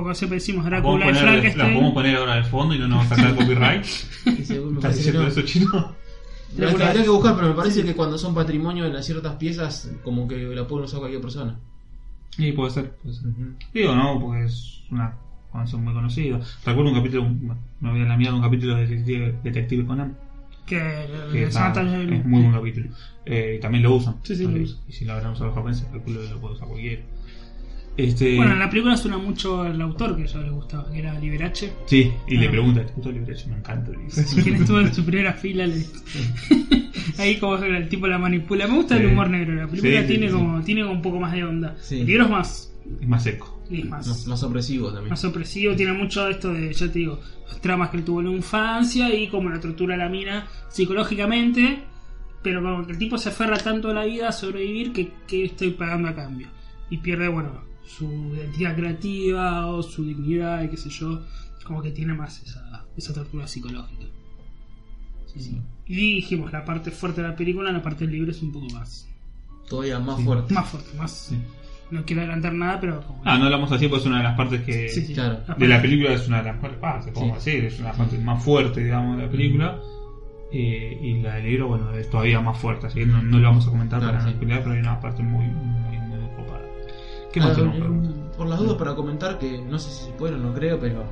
pasó, siempre decimos Podemos Drácula y poner- La podemos Frankenstein. poner ahora de fondo y no nos va a sacar copyright. y se- me ¿Estás parece que diciendo no. eso, chino? Pero Habría habría que buscar, pero me parece que cuando son patrimonio de las ciertas piezas, como que la puede usar cualquier persona. Sí, puede ser, puede ser. Digo, no, porque es una canción muy conocida. Recuerdo un capítulo, bueno, me voy a la mierda, un capítulo de Detective, Detective Conan. Que Que el está- Santa es muy buen capítulo. Eh, y también lo usan. Sí, sí, Lo lo usan. Y si lo habrán usado los japoneses, calculo que lo puede usar cualquiera. Este, Bueno, en la película suena mucho al autor que yo le gustaba, que era Liberace. Sí, y le Ah. pregunta, ¿te gusta el librecho? Me encanta. le dice. Quien estuvo en su primera fila le- Ahí como el tipo la manipula. Me gusta Sí. el humor negro. La película Sí, sí, tiene sí, como tiene como un poco más de onda. Sí. El libro es más, Es más seco. es Más, más, más opresivo también. más opresivo. Tiene mucho de esto de, ya te digo, las tramas que él tuvo en la infancia y como la tortura a la mina psicológicamente. Pero como que el tipo se aferra tanto a la vida a sobrevivir que, que estoy pagando a cambio. Y pierde, bueno, su identidad creativa o su dignidad y qué sé yo. Como que tiene más esa, esa tortura psicológica. Sí, sí. Y dijimos, la parte fuerte de la película, la parte libre es un poco más. Todavía más Sí. fuerte. Más fuerte, más. Sí. No quiero adelantar nada, pero como. Ah, no hablamos así porque es una de las partes que. Sí, sí. claro. De la película es una de las partes. Ah, se podemos decir, es una parte más fuerte, digamos, de la película. Eh, y la del libro, bueno, es todavía más fuerte. Así que no, no lo vamos a comentar Claro, para no sí. spoilear, pero hay una parte muy, muy, muy copada. ¿Qué más Ah, tenemos eh, preguntas? Por las dudas, para comentar que no sé si se puede o no creo, pero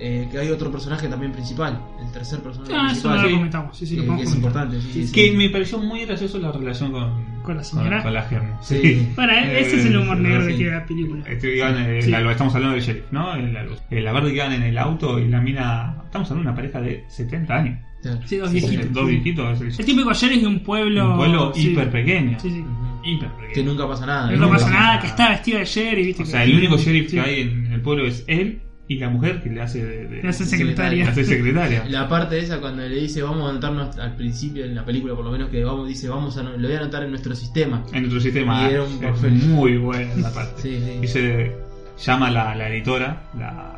eh, que hay otro personaje también principal. El tercer personaje Ah, eso no principal. lo sí, comentamos. Sí, sí, lo Eh, que- que podemos es comentar. importante. sí, sí, sí. Que me pareció muy gracioso la relación con. Con la señora. Con, con la germo. Sí. Para él, ese es el humor Eh, negro sí. que tiene la película. Este, iban, eh, Sí. la- lo- estamos hablando del sheriff, ¿no? El- la, eh, la verde que iban en el auto y la mina. Estamos hablando de una pareja de 70 años. Eh, Claro. Sí, dos Sí, viejitos. sí. Dos viejitos. El es el- típico ayer es de un pueblo. un pueblo sí. hiper pequeño. Sí, sí. Hiper pequeño. Que nunca pasa nada. No pasa nada, nada. que está vestido de ayer y viste. O que- sea, el único sheriff Sí. que hay en el pueblo es él y la mujer que le hace de, de- Le hace Sí, secretaria. le hace secretaria. La parte esa cuando le dice vamos a anotarnos al principio en la película por lo menos que vamos dice vamos a lo voy a anotar en nuestro sistema. en otro sistema Y era un es papel. muy buena esa parte. Sí, sí. Y se llama la, la editora, la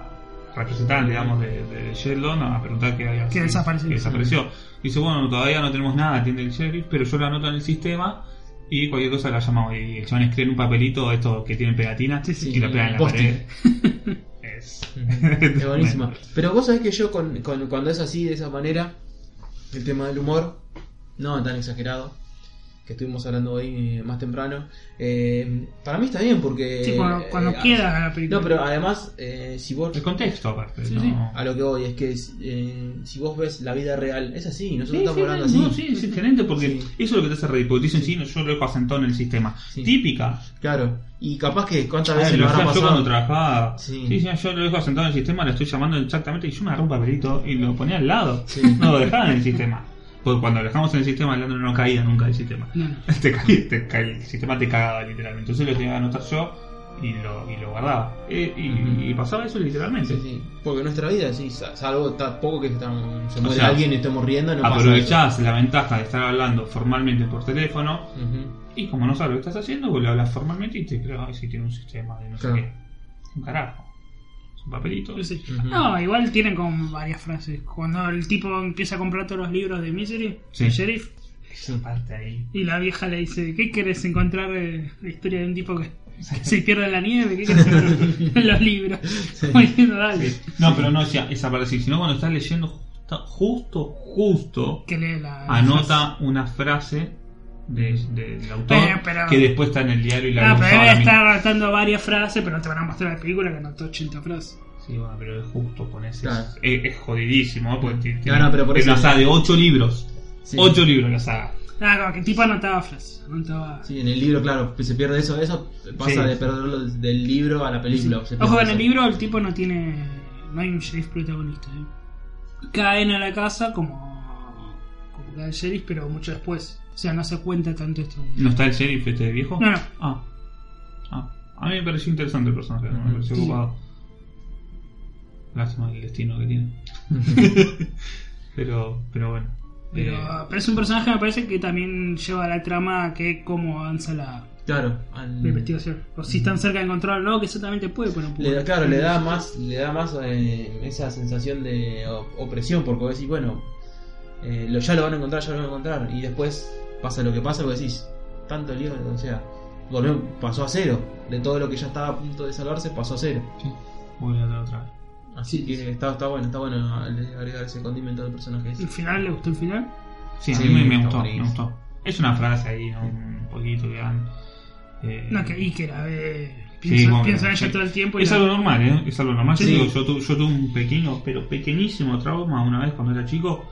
representante, digamos, de, de Sheldon a preguntar qué había Que desapareció. que desapareció. Dice, bueno, todavía no tenemos nada, atiende el sheriff, pero yo la anoto en el sistema y cualquier cosa la llamamos. Y el chabón escribe en un papelito estos que tienen pegatina Sí, sí, y la pegan en la post-it. pared. es, Es buenísima. Pero vos sabés que yo con, con- cuando es así, de esa manera, el tema del humor, no tan exagerado, que estuvimos hablando hoy eh, más temprano, eh, para mí está bien porque... Sí, cuando, cuando eh, queda la a- película. No, pero además, eh, si vos... El contexto, aparte. Sí, ¿no? sí. A lo que voy es que eh, si vos ves la vida real, es así, Sí, nosotros sí, estamos hablando sí, así. no, sí, es excelente porque Sí. eso es lo que te hace reír. Porque dicen, sí, no, yo lo dejo asentado en el sistema. Sí. Típica. Claro. Y capaz que cuántas Ah, veces lo lo habrá hacía yo cuando pasado. trabajaba. Sí. Sí. sí, yo lo dejo asentado en el sistema, lo estoy llamando exactamente y yo me agarré un papelito y lo ponía al lado. Sí. No lo dejaba en el sistema. Porque cuando lo dejamos en el sistema, Leandro no caía nunca del sistema. No, no. Te caía, te caía, el sistema te cagaba literalmente. Entonces lo tenía que anotar yo y lo, y lo guardaba. Eh, y, Ujú. y pasaba eso literalmente. Sí, sí. Porque nuestra vida, sí, sa- salvo tampoco que estamos, se O muere sea, alguien y estamos riendo, no pasa eso. Aprovechás la ventaja de estar hablando formalmente por teléfono Ujú. Y como no sabes lo que estás haciendo, vos le hablas formalmente y te creas, ay, si tiene un sistema de no Claro. sé qué. Un carajo. Es un papelito. Sí, sí. Ujú. No, igual tienen como varias frases. Cuando el tipo empieza a comprar todos los libros de Misery, Sí. el sheriff, Esa parte ahí. y la vieja le dice, ¿qué querés encontrar de la historia de un tipo que se pierde en la nieve? ¿Qué querés encontrar en los libros? Como diciendo, dale. No, pero no decía esa parte, sí, sino cuando estás leyendo justa- justo, justo, Que lee la... anota una frase de- de- del autor Pero- pero- que después está en el diario y la Ah, pero usaba la debe mina. estar anotando varias frases, pero no te van a mostrar la película que anotó 80 frases. Sí, bueno, pero es justo con ese. Claro. Es, es jodidísimo, ¿eh? porque ti- tiene no, pero por es eso- una saga de 8 libros. Sí. 8 libros la saga. Ah, como que el tipo anotaba frases. Anotaba... Sí, en el libro, claro, pues se pierde eso, eso pasa Sí. de perderlo del libro a la película. se pierde Ojo, en eso. el libro el tipo no tiene. No hay un sheriff protagonista. ¿eh? Caen a la casa como. Como cae el sheriff, pero mucho después. O sea, no se cuenta tanto esto. ¿No está el sheriff este de viejo? No, no. Ah. ah. A mí me pareció interesante el personaje, ¿no? me Ujú. pareció Sí, sí. ocupado. Lástima el destino que tiene. pero, pero bueno. Pero, Eh. pero es un personaje, me parece, que también lleva la trama que cómo avanza la, Claro, al- Mm. la investigación. O si están cerca de encontrar algo que exactamente puede poner un poco Le da, de- claro, le da más, le da más eh, esa sensación de op- opresión, porque vos decís, bueno, eh, lo, ya lo van a encontrar, ya lo van a encontrar, y después pasa lo que pasa, vos decís, tanto lío, o sea, volvió, pasó a cero, de todo lo que ya estaba a punto de salvarse, pasó a cero. Voy a hablar otra vez. Así que está, está bueno, está bueno agregar ese condimento del personaje. ese. ¿El final le gustó el final? Sí, a Sí, mí me, me está gustó, me buenísimo. gustó. Es una frase ahí, ¿no? un poquito que dan. eh, No, que, y que la ve. Piensa, como que- piensa en ella sí. todo el tiempo. Y Es la- algo normal, ¿eh? Es algo normal. Yo Sí. digo, Yo, tu- yo tuve un pequeño, pero pequeñísimo trauma una vez cuando era chico.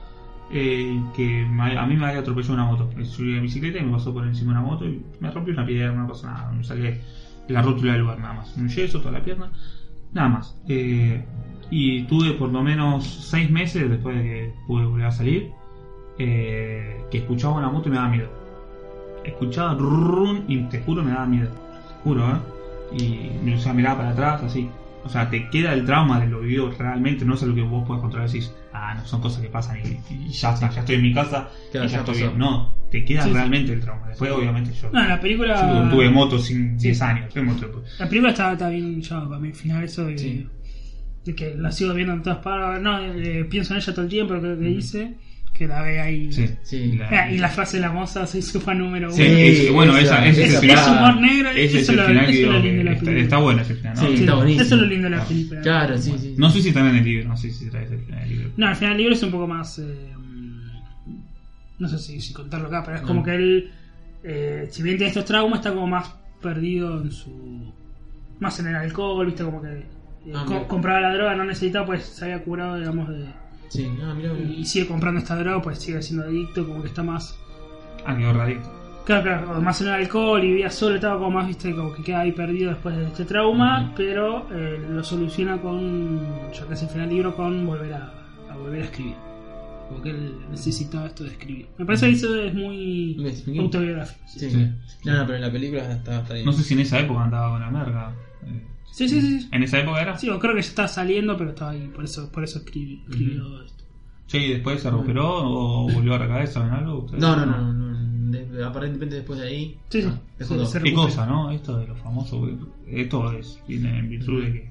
eh, que me- a mí me había atropellado una moto. Eh, Subí la bicicleta y me pasó por encima una moto y me rompí una pierna, no pasó nada. Me saqué la rótula del lugar, nada más. Un yeso, toda la pierna, nada más. Eh, y tuve por lo menos seis meses después de que pude volver a salir eh, que escuchaba una moto y me daba miedo. Escuchaba run y te juro me daba miedo. Te Juro, ¿eh? Y me- o sea, miraba para atrás, así. O sea, te queda el trauma de lo vivido realmente, no es algo que vos puedas controlar y decís, ah, no, son cosas que pasan y, y ya está, ya estoy en mi casa Claro, y ya, ya estoy pasó. bien. No, te queda Sí, sí. realmente el trauma. Después, obviamente, yo, No, la película. yo tuve moto sin Sí. 10 años, tuve moto después. La película está, está bien llevada para mí. El final, eso de, Sí. de que la sigo viendo en todas partes. No, eh, pienso en ella todo el tiempo, lo que te dice. Que la ve ahí. Sí. Sí, Ah, y la frase de la moza, soy su fan número uno. Sí, es- bueno, esa, esa- ese es esa el final. es humor negro, ese es eso el lo- final que eso digo lo que lindo de la está, película. está bueno ese final, ¿no? Sí. está buenísimo. Eso es lo lindo de la película. Claro, sí, sí. No sé si también el libro, no sé si traes el final del libro. No, al final el libro es un poco más. eh, no sé si, si contarlo acá, pero es como Mm. que él. eh, si bien tiene estos traumas, está como más perdido en su. Más en el alcohol, viste, como que. eh, Ah, co- mira. compraba la droga, no necesitaba, pues se había curado, digamos, de. Sí, ah, mirá, Y sigue comprando esta droga, pues sigue siendo adicto, como que está más. Ah, quedó radicto. Claro, claro, más en el alcohol y vivía solo, estaba como más, viste, como que queda ahí perdido después de este trauma, Ujú. pero eh, lo soluciona con, ya casi el final del libro, con volver a, a volver a escribir. Como que él necesitaba esto de escribir. Me parece que eso es muy Me- me- autobiográfico. Sí, sí. sí. No, no, pero en la película está, está bien. No sé si en esa época andaba con la merga. Eh, sí, sí. sí, sí. ¿En esa época era? Sí, o creo que ya estaba saliendo, pero estaba ahí, por eso, por eso escribi- escribió esto. Che, ¿y después se recuperó o volvió a la cabeza en algo? ¿Ustedes? No, no, no, no, de- aparentemente después de ahí. Sí, sí. ah, dejó Se- todo. se- Qué cosa, ¿no? Esto de los famosos. porque Esto es, viene en virtud de que.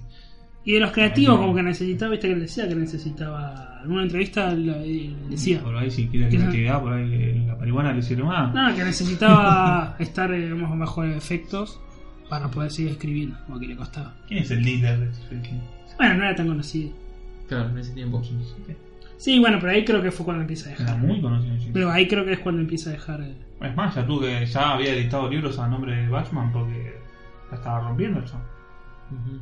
Y de los creativos, como que necesitaba, viste que él decía que necesitaba. En una entrevista la- él decía. Por ahí, si quiere Ajá. creatividad, por ahí eh, la marihuana le sirve más. No, que necesitaba estar eh, digamos, bajo efectos para poder seguir escribiendo, como que le costaba. ¿Quién es el líder de este Stephen King? Bueno, no era tan conocido. Claro, en ese tiempo. Sí, bueno, pero ahí creo que fue cuando empieza a este Era dejar. muy conocido en Stephen Pero ahí creo que es cuando empieza a dejar. eh. King. Es más, ya tú que ya había editado libros a nombre de Batman porque la estaba rompiendo el chabón. Ujú,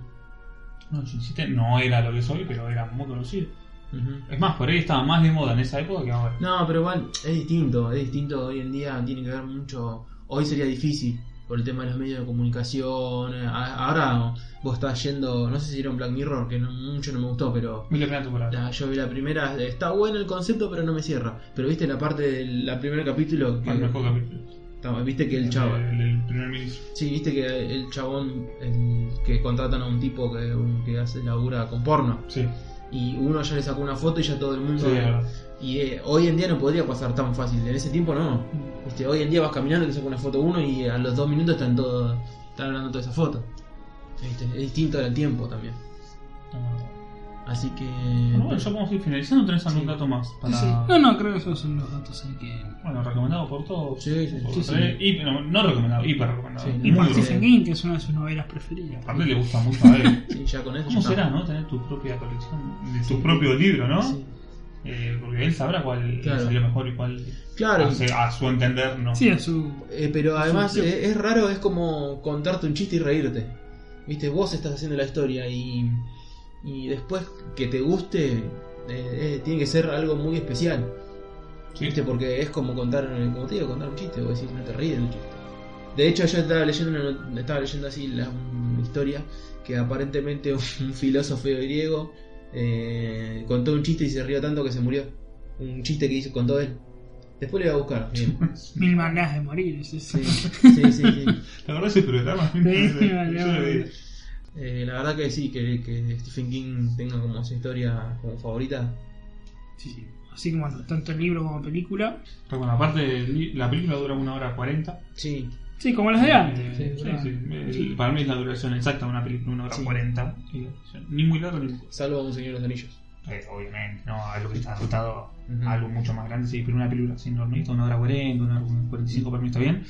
No, insiste, no era lo que soy, pero era muy conocido. ujú. Es más, por ahí estaba más de moda en esa época que ahora. No, pero igual es distinto, es distinto hoy en día, tiene que ver mucho, hoy sería difícil por el tema de los medios de comunicación, eh, a- ahora vos estás yendo, no sé si vieron Black Mirror, que no- mucho no me gustó, pero Mil Planetas por ahí. la- yo vi la primera, está bueno el concepto, pero no me cierra, pero viste la parte del la primer capítulo, que, Bueno, mejor Eh, capítulo. ta- viste que el chavo, El, el primer ministro. sí, viste que el chabón el que contratan a un tipo que, un- que hace labura con porno, Sí, y uno ya le sacó una foto y ya todo el sí, mundo... la verdad. Y eh, hoy en día no podría pasar tan fácil, en ese tiempo no. Este, hoy en día vas caminando, te saca una foto uno y a los dos minutos están todos están hablando toda esa foto. Este, es distinto al tiempo también. Así que. Bueno, bueno, ya podemos ir finalizando. ¿Tenés algún Sí. dato más? Sí, Para... sí. No, no, creo que esos son los datos ahí que. Bueno, recomendado por todos. Sí, sí, Por sí, sí. tres. Y- no, no recomendado, hiper recomendado. Sí, Muy Y por sí. bueno. Stephen King, que es una de sus novelas preferidas. Aparte le gusta mucho a él. Sí, ya con eso. ¿Cómo ya será, está. no? Tener tu propia colección, de tu Sí. propio libro, ¿no? Sí. Eh, porque él sabrá cuál Claro. salió mejor y cuál, Claro. hace- a su entender, no. Sí, a su. Eh, pero además Sí. eh, es, raro, es como contarte un chiste y reírte. Viste, vos estás haciendo la historia y, y después que te guste, eh, eh, tiene que ser algo muy especial. Sí. ¿Viste? Porque es como contar, como te digo, contar un chiste, vos decís, no te ríes del chiste. De hecho, yo estaba leyendo, una not- estaba leyendo así la una historia que aparentemente un filósofo griego eh, contó un chiste y se rió tanto que se murió. Un chiste que hizo, contó él. Después lo iba a buscar. bien. Mil maneras de morir. es eso. Sí, sí, sí. sí. La verdad es el programa. Sí, vale, Yo lo vi. vale. Eh, la verdad que sí, que, que Stephen King tenga como su historia como favorita. Sí, sí. Así como tanto el libro como película. Pero bueno, aparte, li- la película dura una hora 40. Sí. Sí, como las de antes. Mm, Sí, Sí, o sí, sea, El- Para mí es la duración exacta de una película, una hora Sí. 40. Y la duración. Ni muy largo ni muy corto. Salvo a un señor de los anillos. Eh, obviamente, no, algo que está adaptado Ujú. a algo mucho más grande, sí, pero una película así normalita, una hora 40, una hora 45 para mí está bien.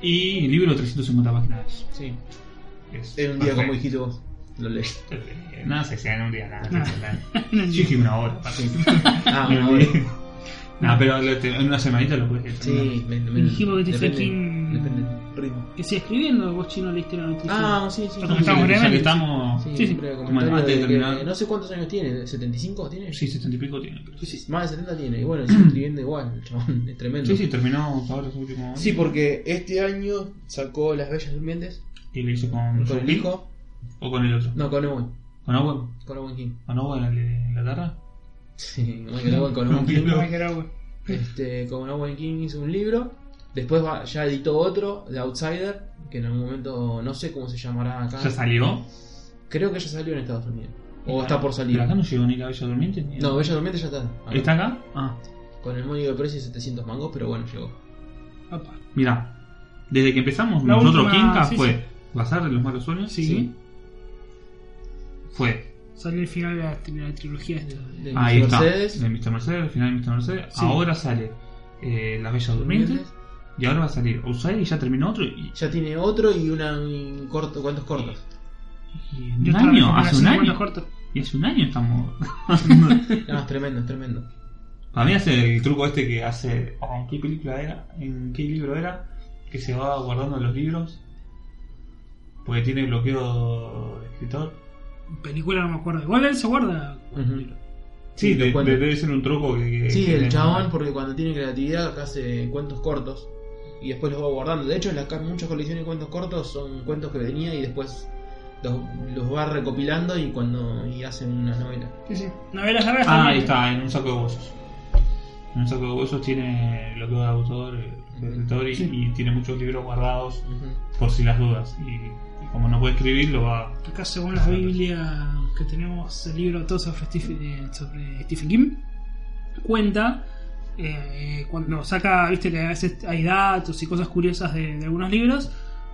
Y el libro 350 páginas. Sí. Es Era un día como perfecto. dijiste vos. Lo leí. Eh, Nada se sea en un día, nada. nada. en Yo el- dije una hora, aparte. Ah, Me una olvidé. hora. Nah, pero lo- te- en una semanita lo puedes leer. Sí, me, me, Dijimos que te depende, fucking- depende del ritmo. Que sigue escribiendo, vos chino leíste la noticia. Ah, sí, sí. Lo Entonces, comentamos ya que brevemente. estamos. Sí, Sí, sí. un breve Como comentario antes de de que terminar. no sé cuántos años tiene, ¿75 tiene? Sí, 70 y pico tiene. pero- Sí, sí, Más de 70 tiene, y bueno, sigue escribiendo igual, el chabón, es tremendo. Sí, sí, terminó ahora su último. Sí, porque este año sacó Las Bellas Durmientes Y lo hizo con, con el Lee hijo. o con el otro. No, con Owen. ¿Con Owen? Con Owen King. ¿Con Owen, el de Inglaterra? Sí, Michael Owen con No, no, Owen King. no. Ay, que era bueno. Este, con Owen King hizo un libro. Después va- ya editó otro, The Outsider, que en algún momento no sé cómo se llamará acá. ¿Ya salió? Creo que ya salió en Estados Unidos. O Ah, está por salir. Pero acá no llegó ni la Bella Durmiente. ni- No, Bellas Durmientes ya está. acá. ¿Está acá? Ah, Con el módico de precio de 700 mangos, pero bueno, llegó. Apa. mirá. Desde que empezamos, La nosotros última- Quinca sí, fue Bazar de los Malos Sueños. Sí. Fue Salió el final de la, de la trilogía. de- de- De Ahí Mr. está. Mercedes. De Mr. Mercedes, al final de Mr. Mercedes. Sí. Ahora sale eh, La Bella Durmiente. Durmientes. Y ahora va a salir Outside y ya terminó otro. Y, Ya tiene otro y una un corto, ¿cuántos cortos? y en Yo un estaba año, con hace las un cinco año. cuentas cortas. Y hace un año estamos. No, es tremendo, es tremendo. Para mí hace el truco este que hace. oh, ¿En qué película era? ¿En qué libro era? Que se va guardando los libros. Porque tiene bloqueo de escritor. Película no me acuerdo. Igual él se guarda. Ujú. Sí, Sí, de- cuento. de- debe ser un truco que. que- Sí, que el tenemos. chabón, porque cuando tiene creatividad acá hace cuentos cortos y después los va guardando. De hecho, las ca- muchas colecciones de cuentos cortos son cuentos que tenía y después los, los va recopilando y cuando y hace una novela. Sí, sí. Novelas largas Ah, ahí también. está, en un saco de huesos. En un saco de huesos tiene bloqueo de autor, eh, bloqueo de escritor y, Sí. y tiene muchos libros guardados por si las dudas. Y, y como no puede escribir, lo va. Acá según la Biblia que tenemos, el libro todo sobre Stephen, eh, sobre Stephen King, cuenta eh, cuando saca, viste que a veces hay datos y cosas curiosas de, de algunos libros,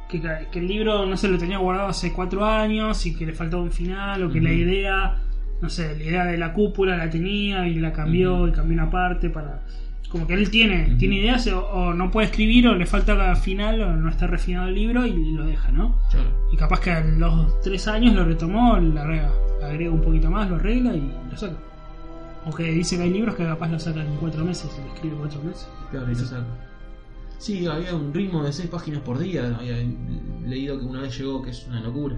que, ca- que el libro no se lo tenía guardado hace cuatro años y que le faltaba un final o que la Ujú. idea, no sé, la idea de la cúpula la tenía y la cambió Ujú. y cambió una parte para... Como que él tiene, Ujú. tiene ideas o, o no puede escribir o le falta final o no está refinado el libro y lo deja, ¿no? Claro. Y capaz que a los tres años lo retomó, le agrega, le agrega un poquito más, lo arregla y lo saca. Aunque dice que hay libros que capaz lo sacan en cuatro meses, y lo escribe en cuatro meses. Claro, y lo saca. Sí, había un ritmo de 6 páginas por día. Había leído que una vez llegó, que es una locura.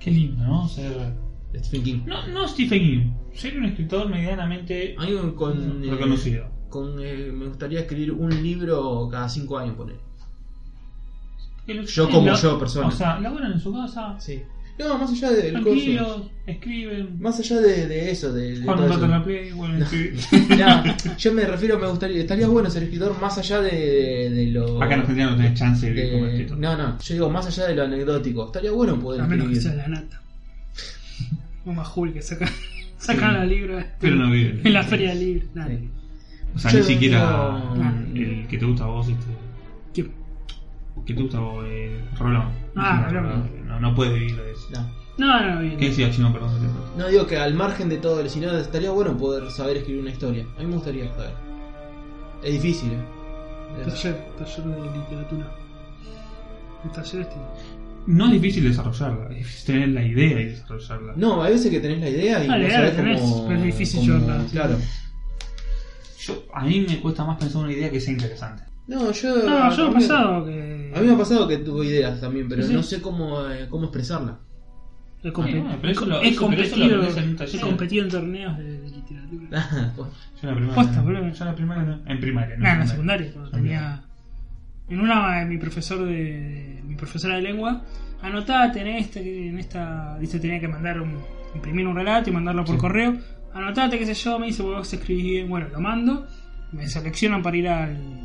Qué lindo, ¿no? Ser. De Stephen King. No, no Stephen King, ser un escritor medianamente A mí con, eh, reconocido. con, eh, me gustaría escribir un libro cada 5 años, poner. Que lo- yo como la- yo, persona. O sea, laburan en su casa, Sí. No, más allá del coso. tranquilos, escriben, Más allá de, de eso, de, de juegan un todo rato en la eso. play, vuelven a escribir. No, yo me refiero, me gustaría, estaría bueno ser escritor más allá de, de, de lo... Acá en Argentina no tenés chance de vivir como de- escritor. No, no, yo digo más allá de lo anecdótico. Estaría bueno poder A menos que sea escribir. la nata. O Majul que saca, sacan los libros Pero no viven. en la feria del libro. Nada. Sí. O sea, Yo ni siquiera digo- el que te gusta a vos, este. ¿Qué? ¿Qué te gusta vos, eh, Rolón? Ah, No, Rolón. No, no puedes vivir de eso. No. No, no, bien. ¿Qué decía Chino, perdón? te corto. No digo que al margen de todo el sino estaría bueno poder saber escribir una historia. A mí me gustaría saber. Es difícil, eh. Taller, taller de literatura. El taller este. No es difícil desarrollarla, es tener la idea y desarrollarla. No, hay veces que tenés la idea y Ah, la no idea sabés la tenés, cómo- pero es difícil cómo- llevarla, sí. Claro. Yo, a mí me cuesta más pensar una idea que sea interesante. No, yo... No, yo a me mí- he pasado que. A mí me ha pasado que tuve ideas también, pero Sí. no sé cómo, eh, cómo expresarla. He, compe- Ah, pero eso lo- he eso- pero eso lo competido, aprendés en un taller. he competido en torneos de, de literatura. pues. Yo en la primaria. Posta, no. boludo. Yo en la primaria. no. En primaria, no. Nada, en la secundaria. secundaria, cuando tenía. En una, mi profesor de. Mi profesora de lengua, anotate en esta. que- En esta dice, tenía que mandar un. imprimir un relato y mandarlo por Sí. correo. Anotate, qué sé yo, me dice, vos escribís bien. Bueno, lo mando. Me seleccionan para ir al. a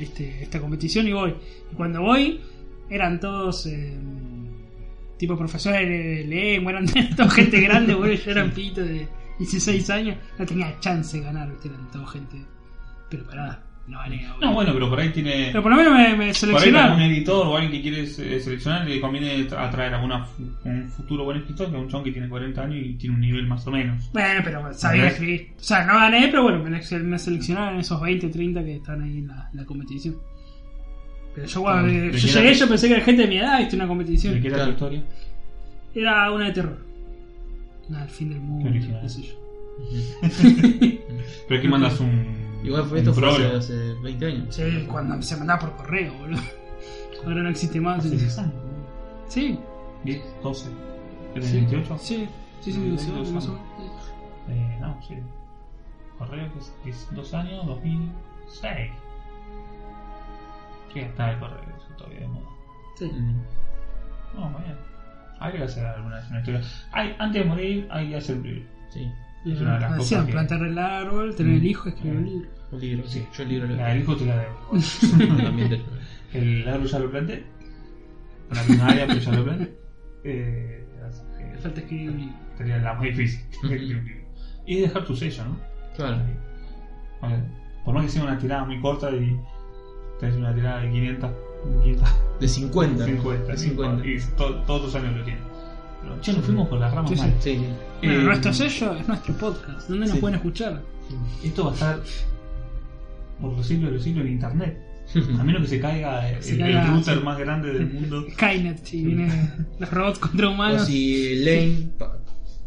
Este, esta competición y voy. Y cuando voy, eran todos. eh, tipo profesores de lengua, eran toda gente grande, boludo. Yo era un pito de 16 años, no tenía chance de ganar, viste, eran toda gente preparada. No vale, No, bueno, pero por ahí tiene. Pero por lo menos me, me Por ahí algún seleccionaron. editor o alguien que quiere eh, seleccionar le conviene tra- atraer a una fu- un futuro buen escritor que a un chon que tiene 40 años y tiene un nivel más o menos. Bueno, pero sabía Ajá. escribir. O sea, no gané, pero bueno, me, sele- me seleccionaron esos 20, 30 que están ahí en la, la competición. Pero yo cuando Ah, ¿De yo qué llegué, era? yo pensé que era gente de mi edad, viste, una ¿De competición. qué era Claro. tu historia? Era una de terror. Una del fin del mundo, Qué original. qué sé yo. Pero es que mandas un. Igual fue un esto fue prólogo. hace, hace 20 años. Sí, cuando se mandaba por correo, boludo. Ahora no existe más. Hace Sí, 10 años, ¿no? sí, 10, 12. ¿Desde Sí. el 28? sí, sí, sí, Sí, sí, dos más o años. menos. Eh, no, sí. Correo que es- que es 2 años, 2006. Sí, está el correo, eso todavía de moda. Sí. Mm. No, mañana. Habría que hacer alguna vez una historia. Hay, antes de morir, hay que hacer un libro. Sí, Es una de las Hacían cosas que- plantar el árbol, tener el hijo, escribir un Mm. libro. un libro, sí. Yo el libro lo La del hijo te la debo. También te- El árbol ya lo planté. Con la primaria, pero ya lo planté. Eh, así Me que falta escribir un libro. sería la más difícil. y dejar tu sello, ¿no? Claro. O sea, por más que sea una tirada muy corta y tenés una tirada de 500, 500 De 50. 50, De 50. y to- todos los años lo tienen. Pero, che, nos fuimos por las ramas Sí, sí. mal. Sí, sí. Bueno, Eh, nuestro sello es nuestro podcast. ¿Dónde nos sí. pueden escuchar? Esto va a estar por los siglos de los siglos en internet. A menos que se caiga el, Mm. Se el caiga, router sí. más grande del mundo. Skynet, si vienen los robots contra O humanos. si Lane pa-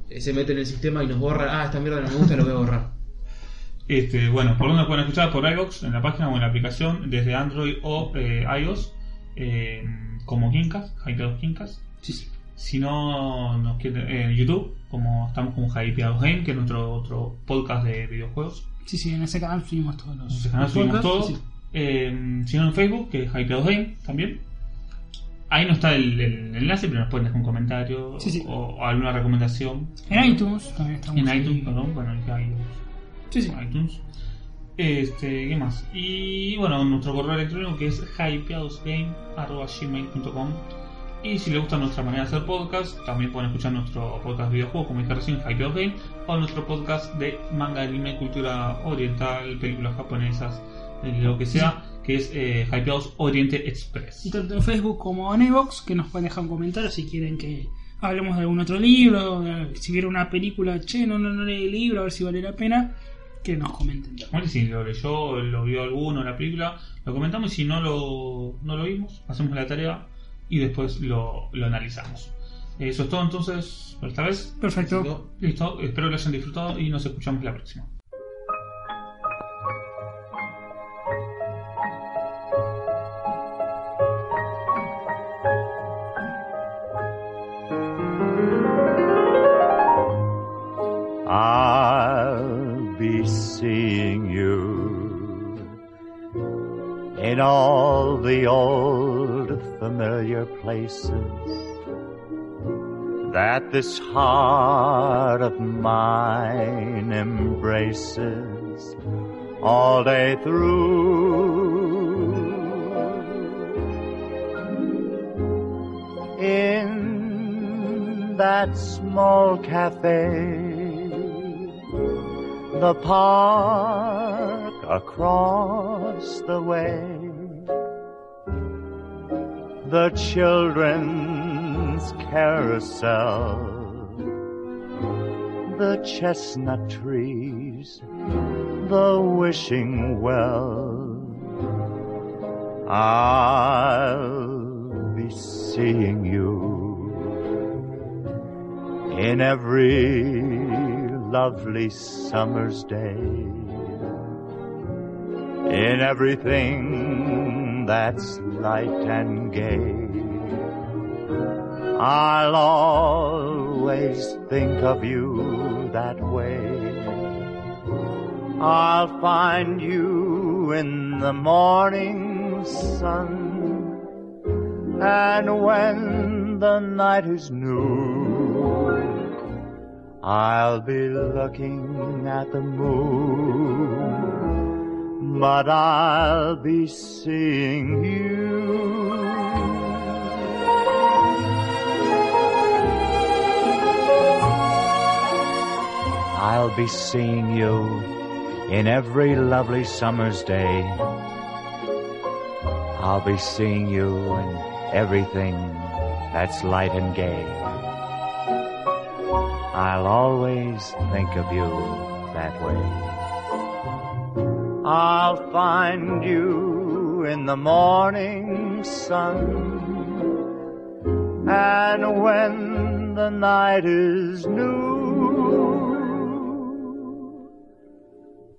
eh, se mete en el sistema y nos borra, ah, esta mierda no me gusta, lo voy a borrar. Este, bueno, ¿por dónde pueden escuchar? Por iVox, en la página o en la aplicación, desde Android o eh, iOS, eh, como Kinkas, Hypeados Kinkas. Sí, sí. Si no, nos quieren en YouTube, como estamos con Hypeados Game, que es nuestro otro podcast de videojuegos. Sí, sí, en ese canal subimos todos los. En ese canal los subimos podcasts, todo. sí, sí. Eh, si no, en Facebook, que es Hypeados Game también. Ahí no está el, el enlace, pero nos pueden dejar un comentario Sí, sí. O, o alguna recomendación. En iTunes también estamos. En ahí. iTunes, perdón, bueno, en iTunes. Sí, sí. iTunes. Este, ¿qué más? Y bueno, nuestro correo electrónico que es hypeadousgame.gmail.com Y si les gusta nuestra manera de hacer podcast, también pueden escuchar nuestro podcast de videojuegos, como dije recién, Hypeados Game, o nuestro podcast de manga, anime, cultura oriental, películas japonesas, eh, lo que sea, que es eh, Hypeados Oriente Y Express. tanto en Facebook como en Evox, que nos pueden dejar un comentario si quieren que hablemos de algún otro libro, de- si vieron una película, che, no, no, no leí el libro, a ver si vale la pena, que nos comenten. Bueno, y si lo leyó, lo vio alguno, la película, lo comentamos y si no lo, no lo vimos, hacemos la tarea y después lo, lo analizamos. Eso es todo entonces por esta vez. Perfecto. Cinco. Listo, espero que lo hayan disfrutado y nos escuchamos la próxima. I'll be seeing you in all the old familiar places that this heart of mine embraces all day through in that small cafe, the park across the way, the children's carousel, the chestnut trees, the wishing well. I'll be seeing you in every lovely summer's day, in everything that's light and gay. I'll always think of you that way. I'll find you in the morning sun. And when the night is new, I'll be looking at the moon. But I'll be seeing you. I'll be seeing you in every lovely summer's day. I'll be seeing you in everything that's light and gay. I'll always think of you that way. I'll find you in the morning sun. And when the night is new,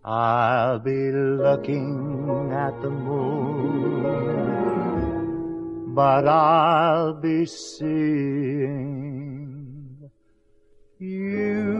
I'll be looking at the moon, but I'll be seeing you.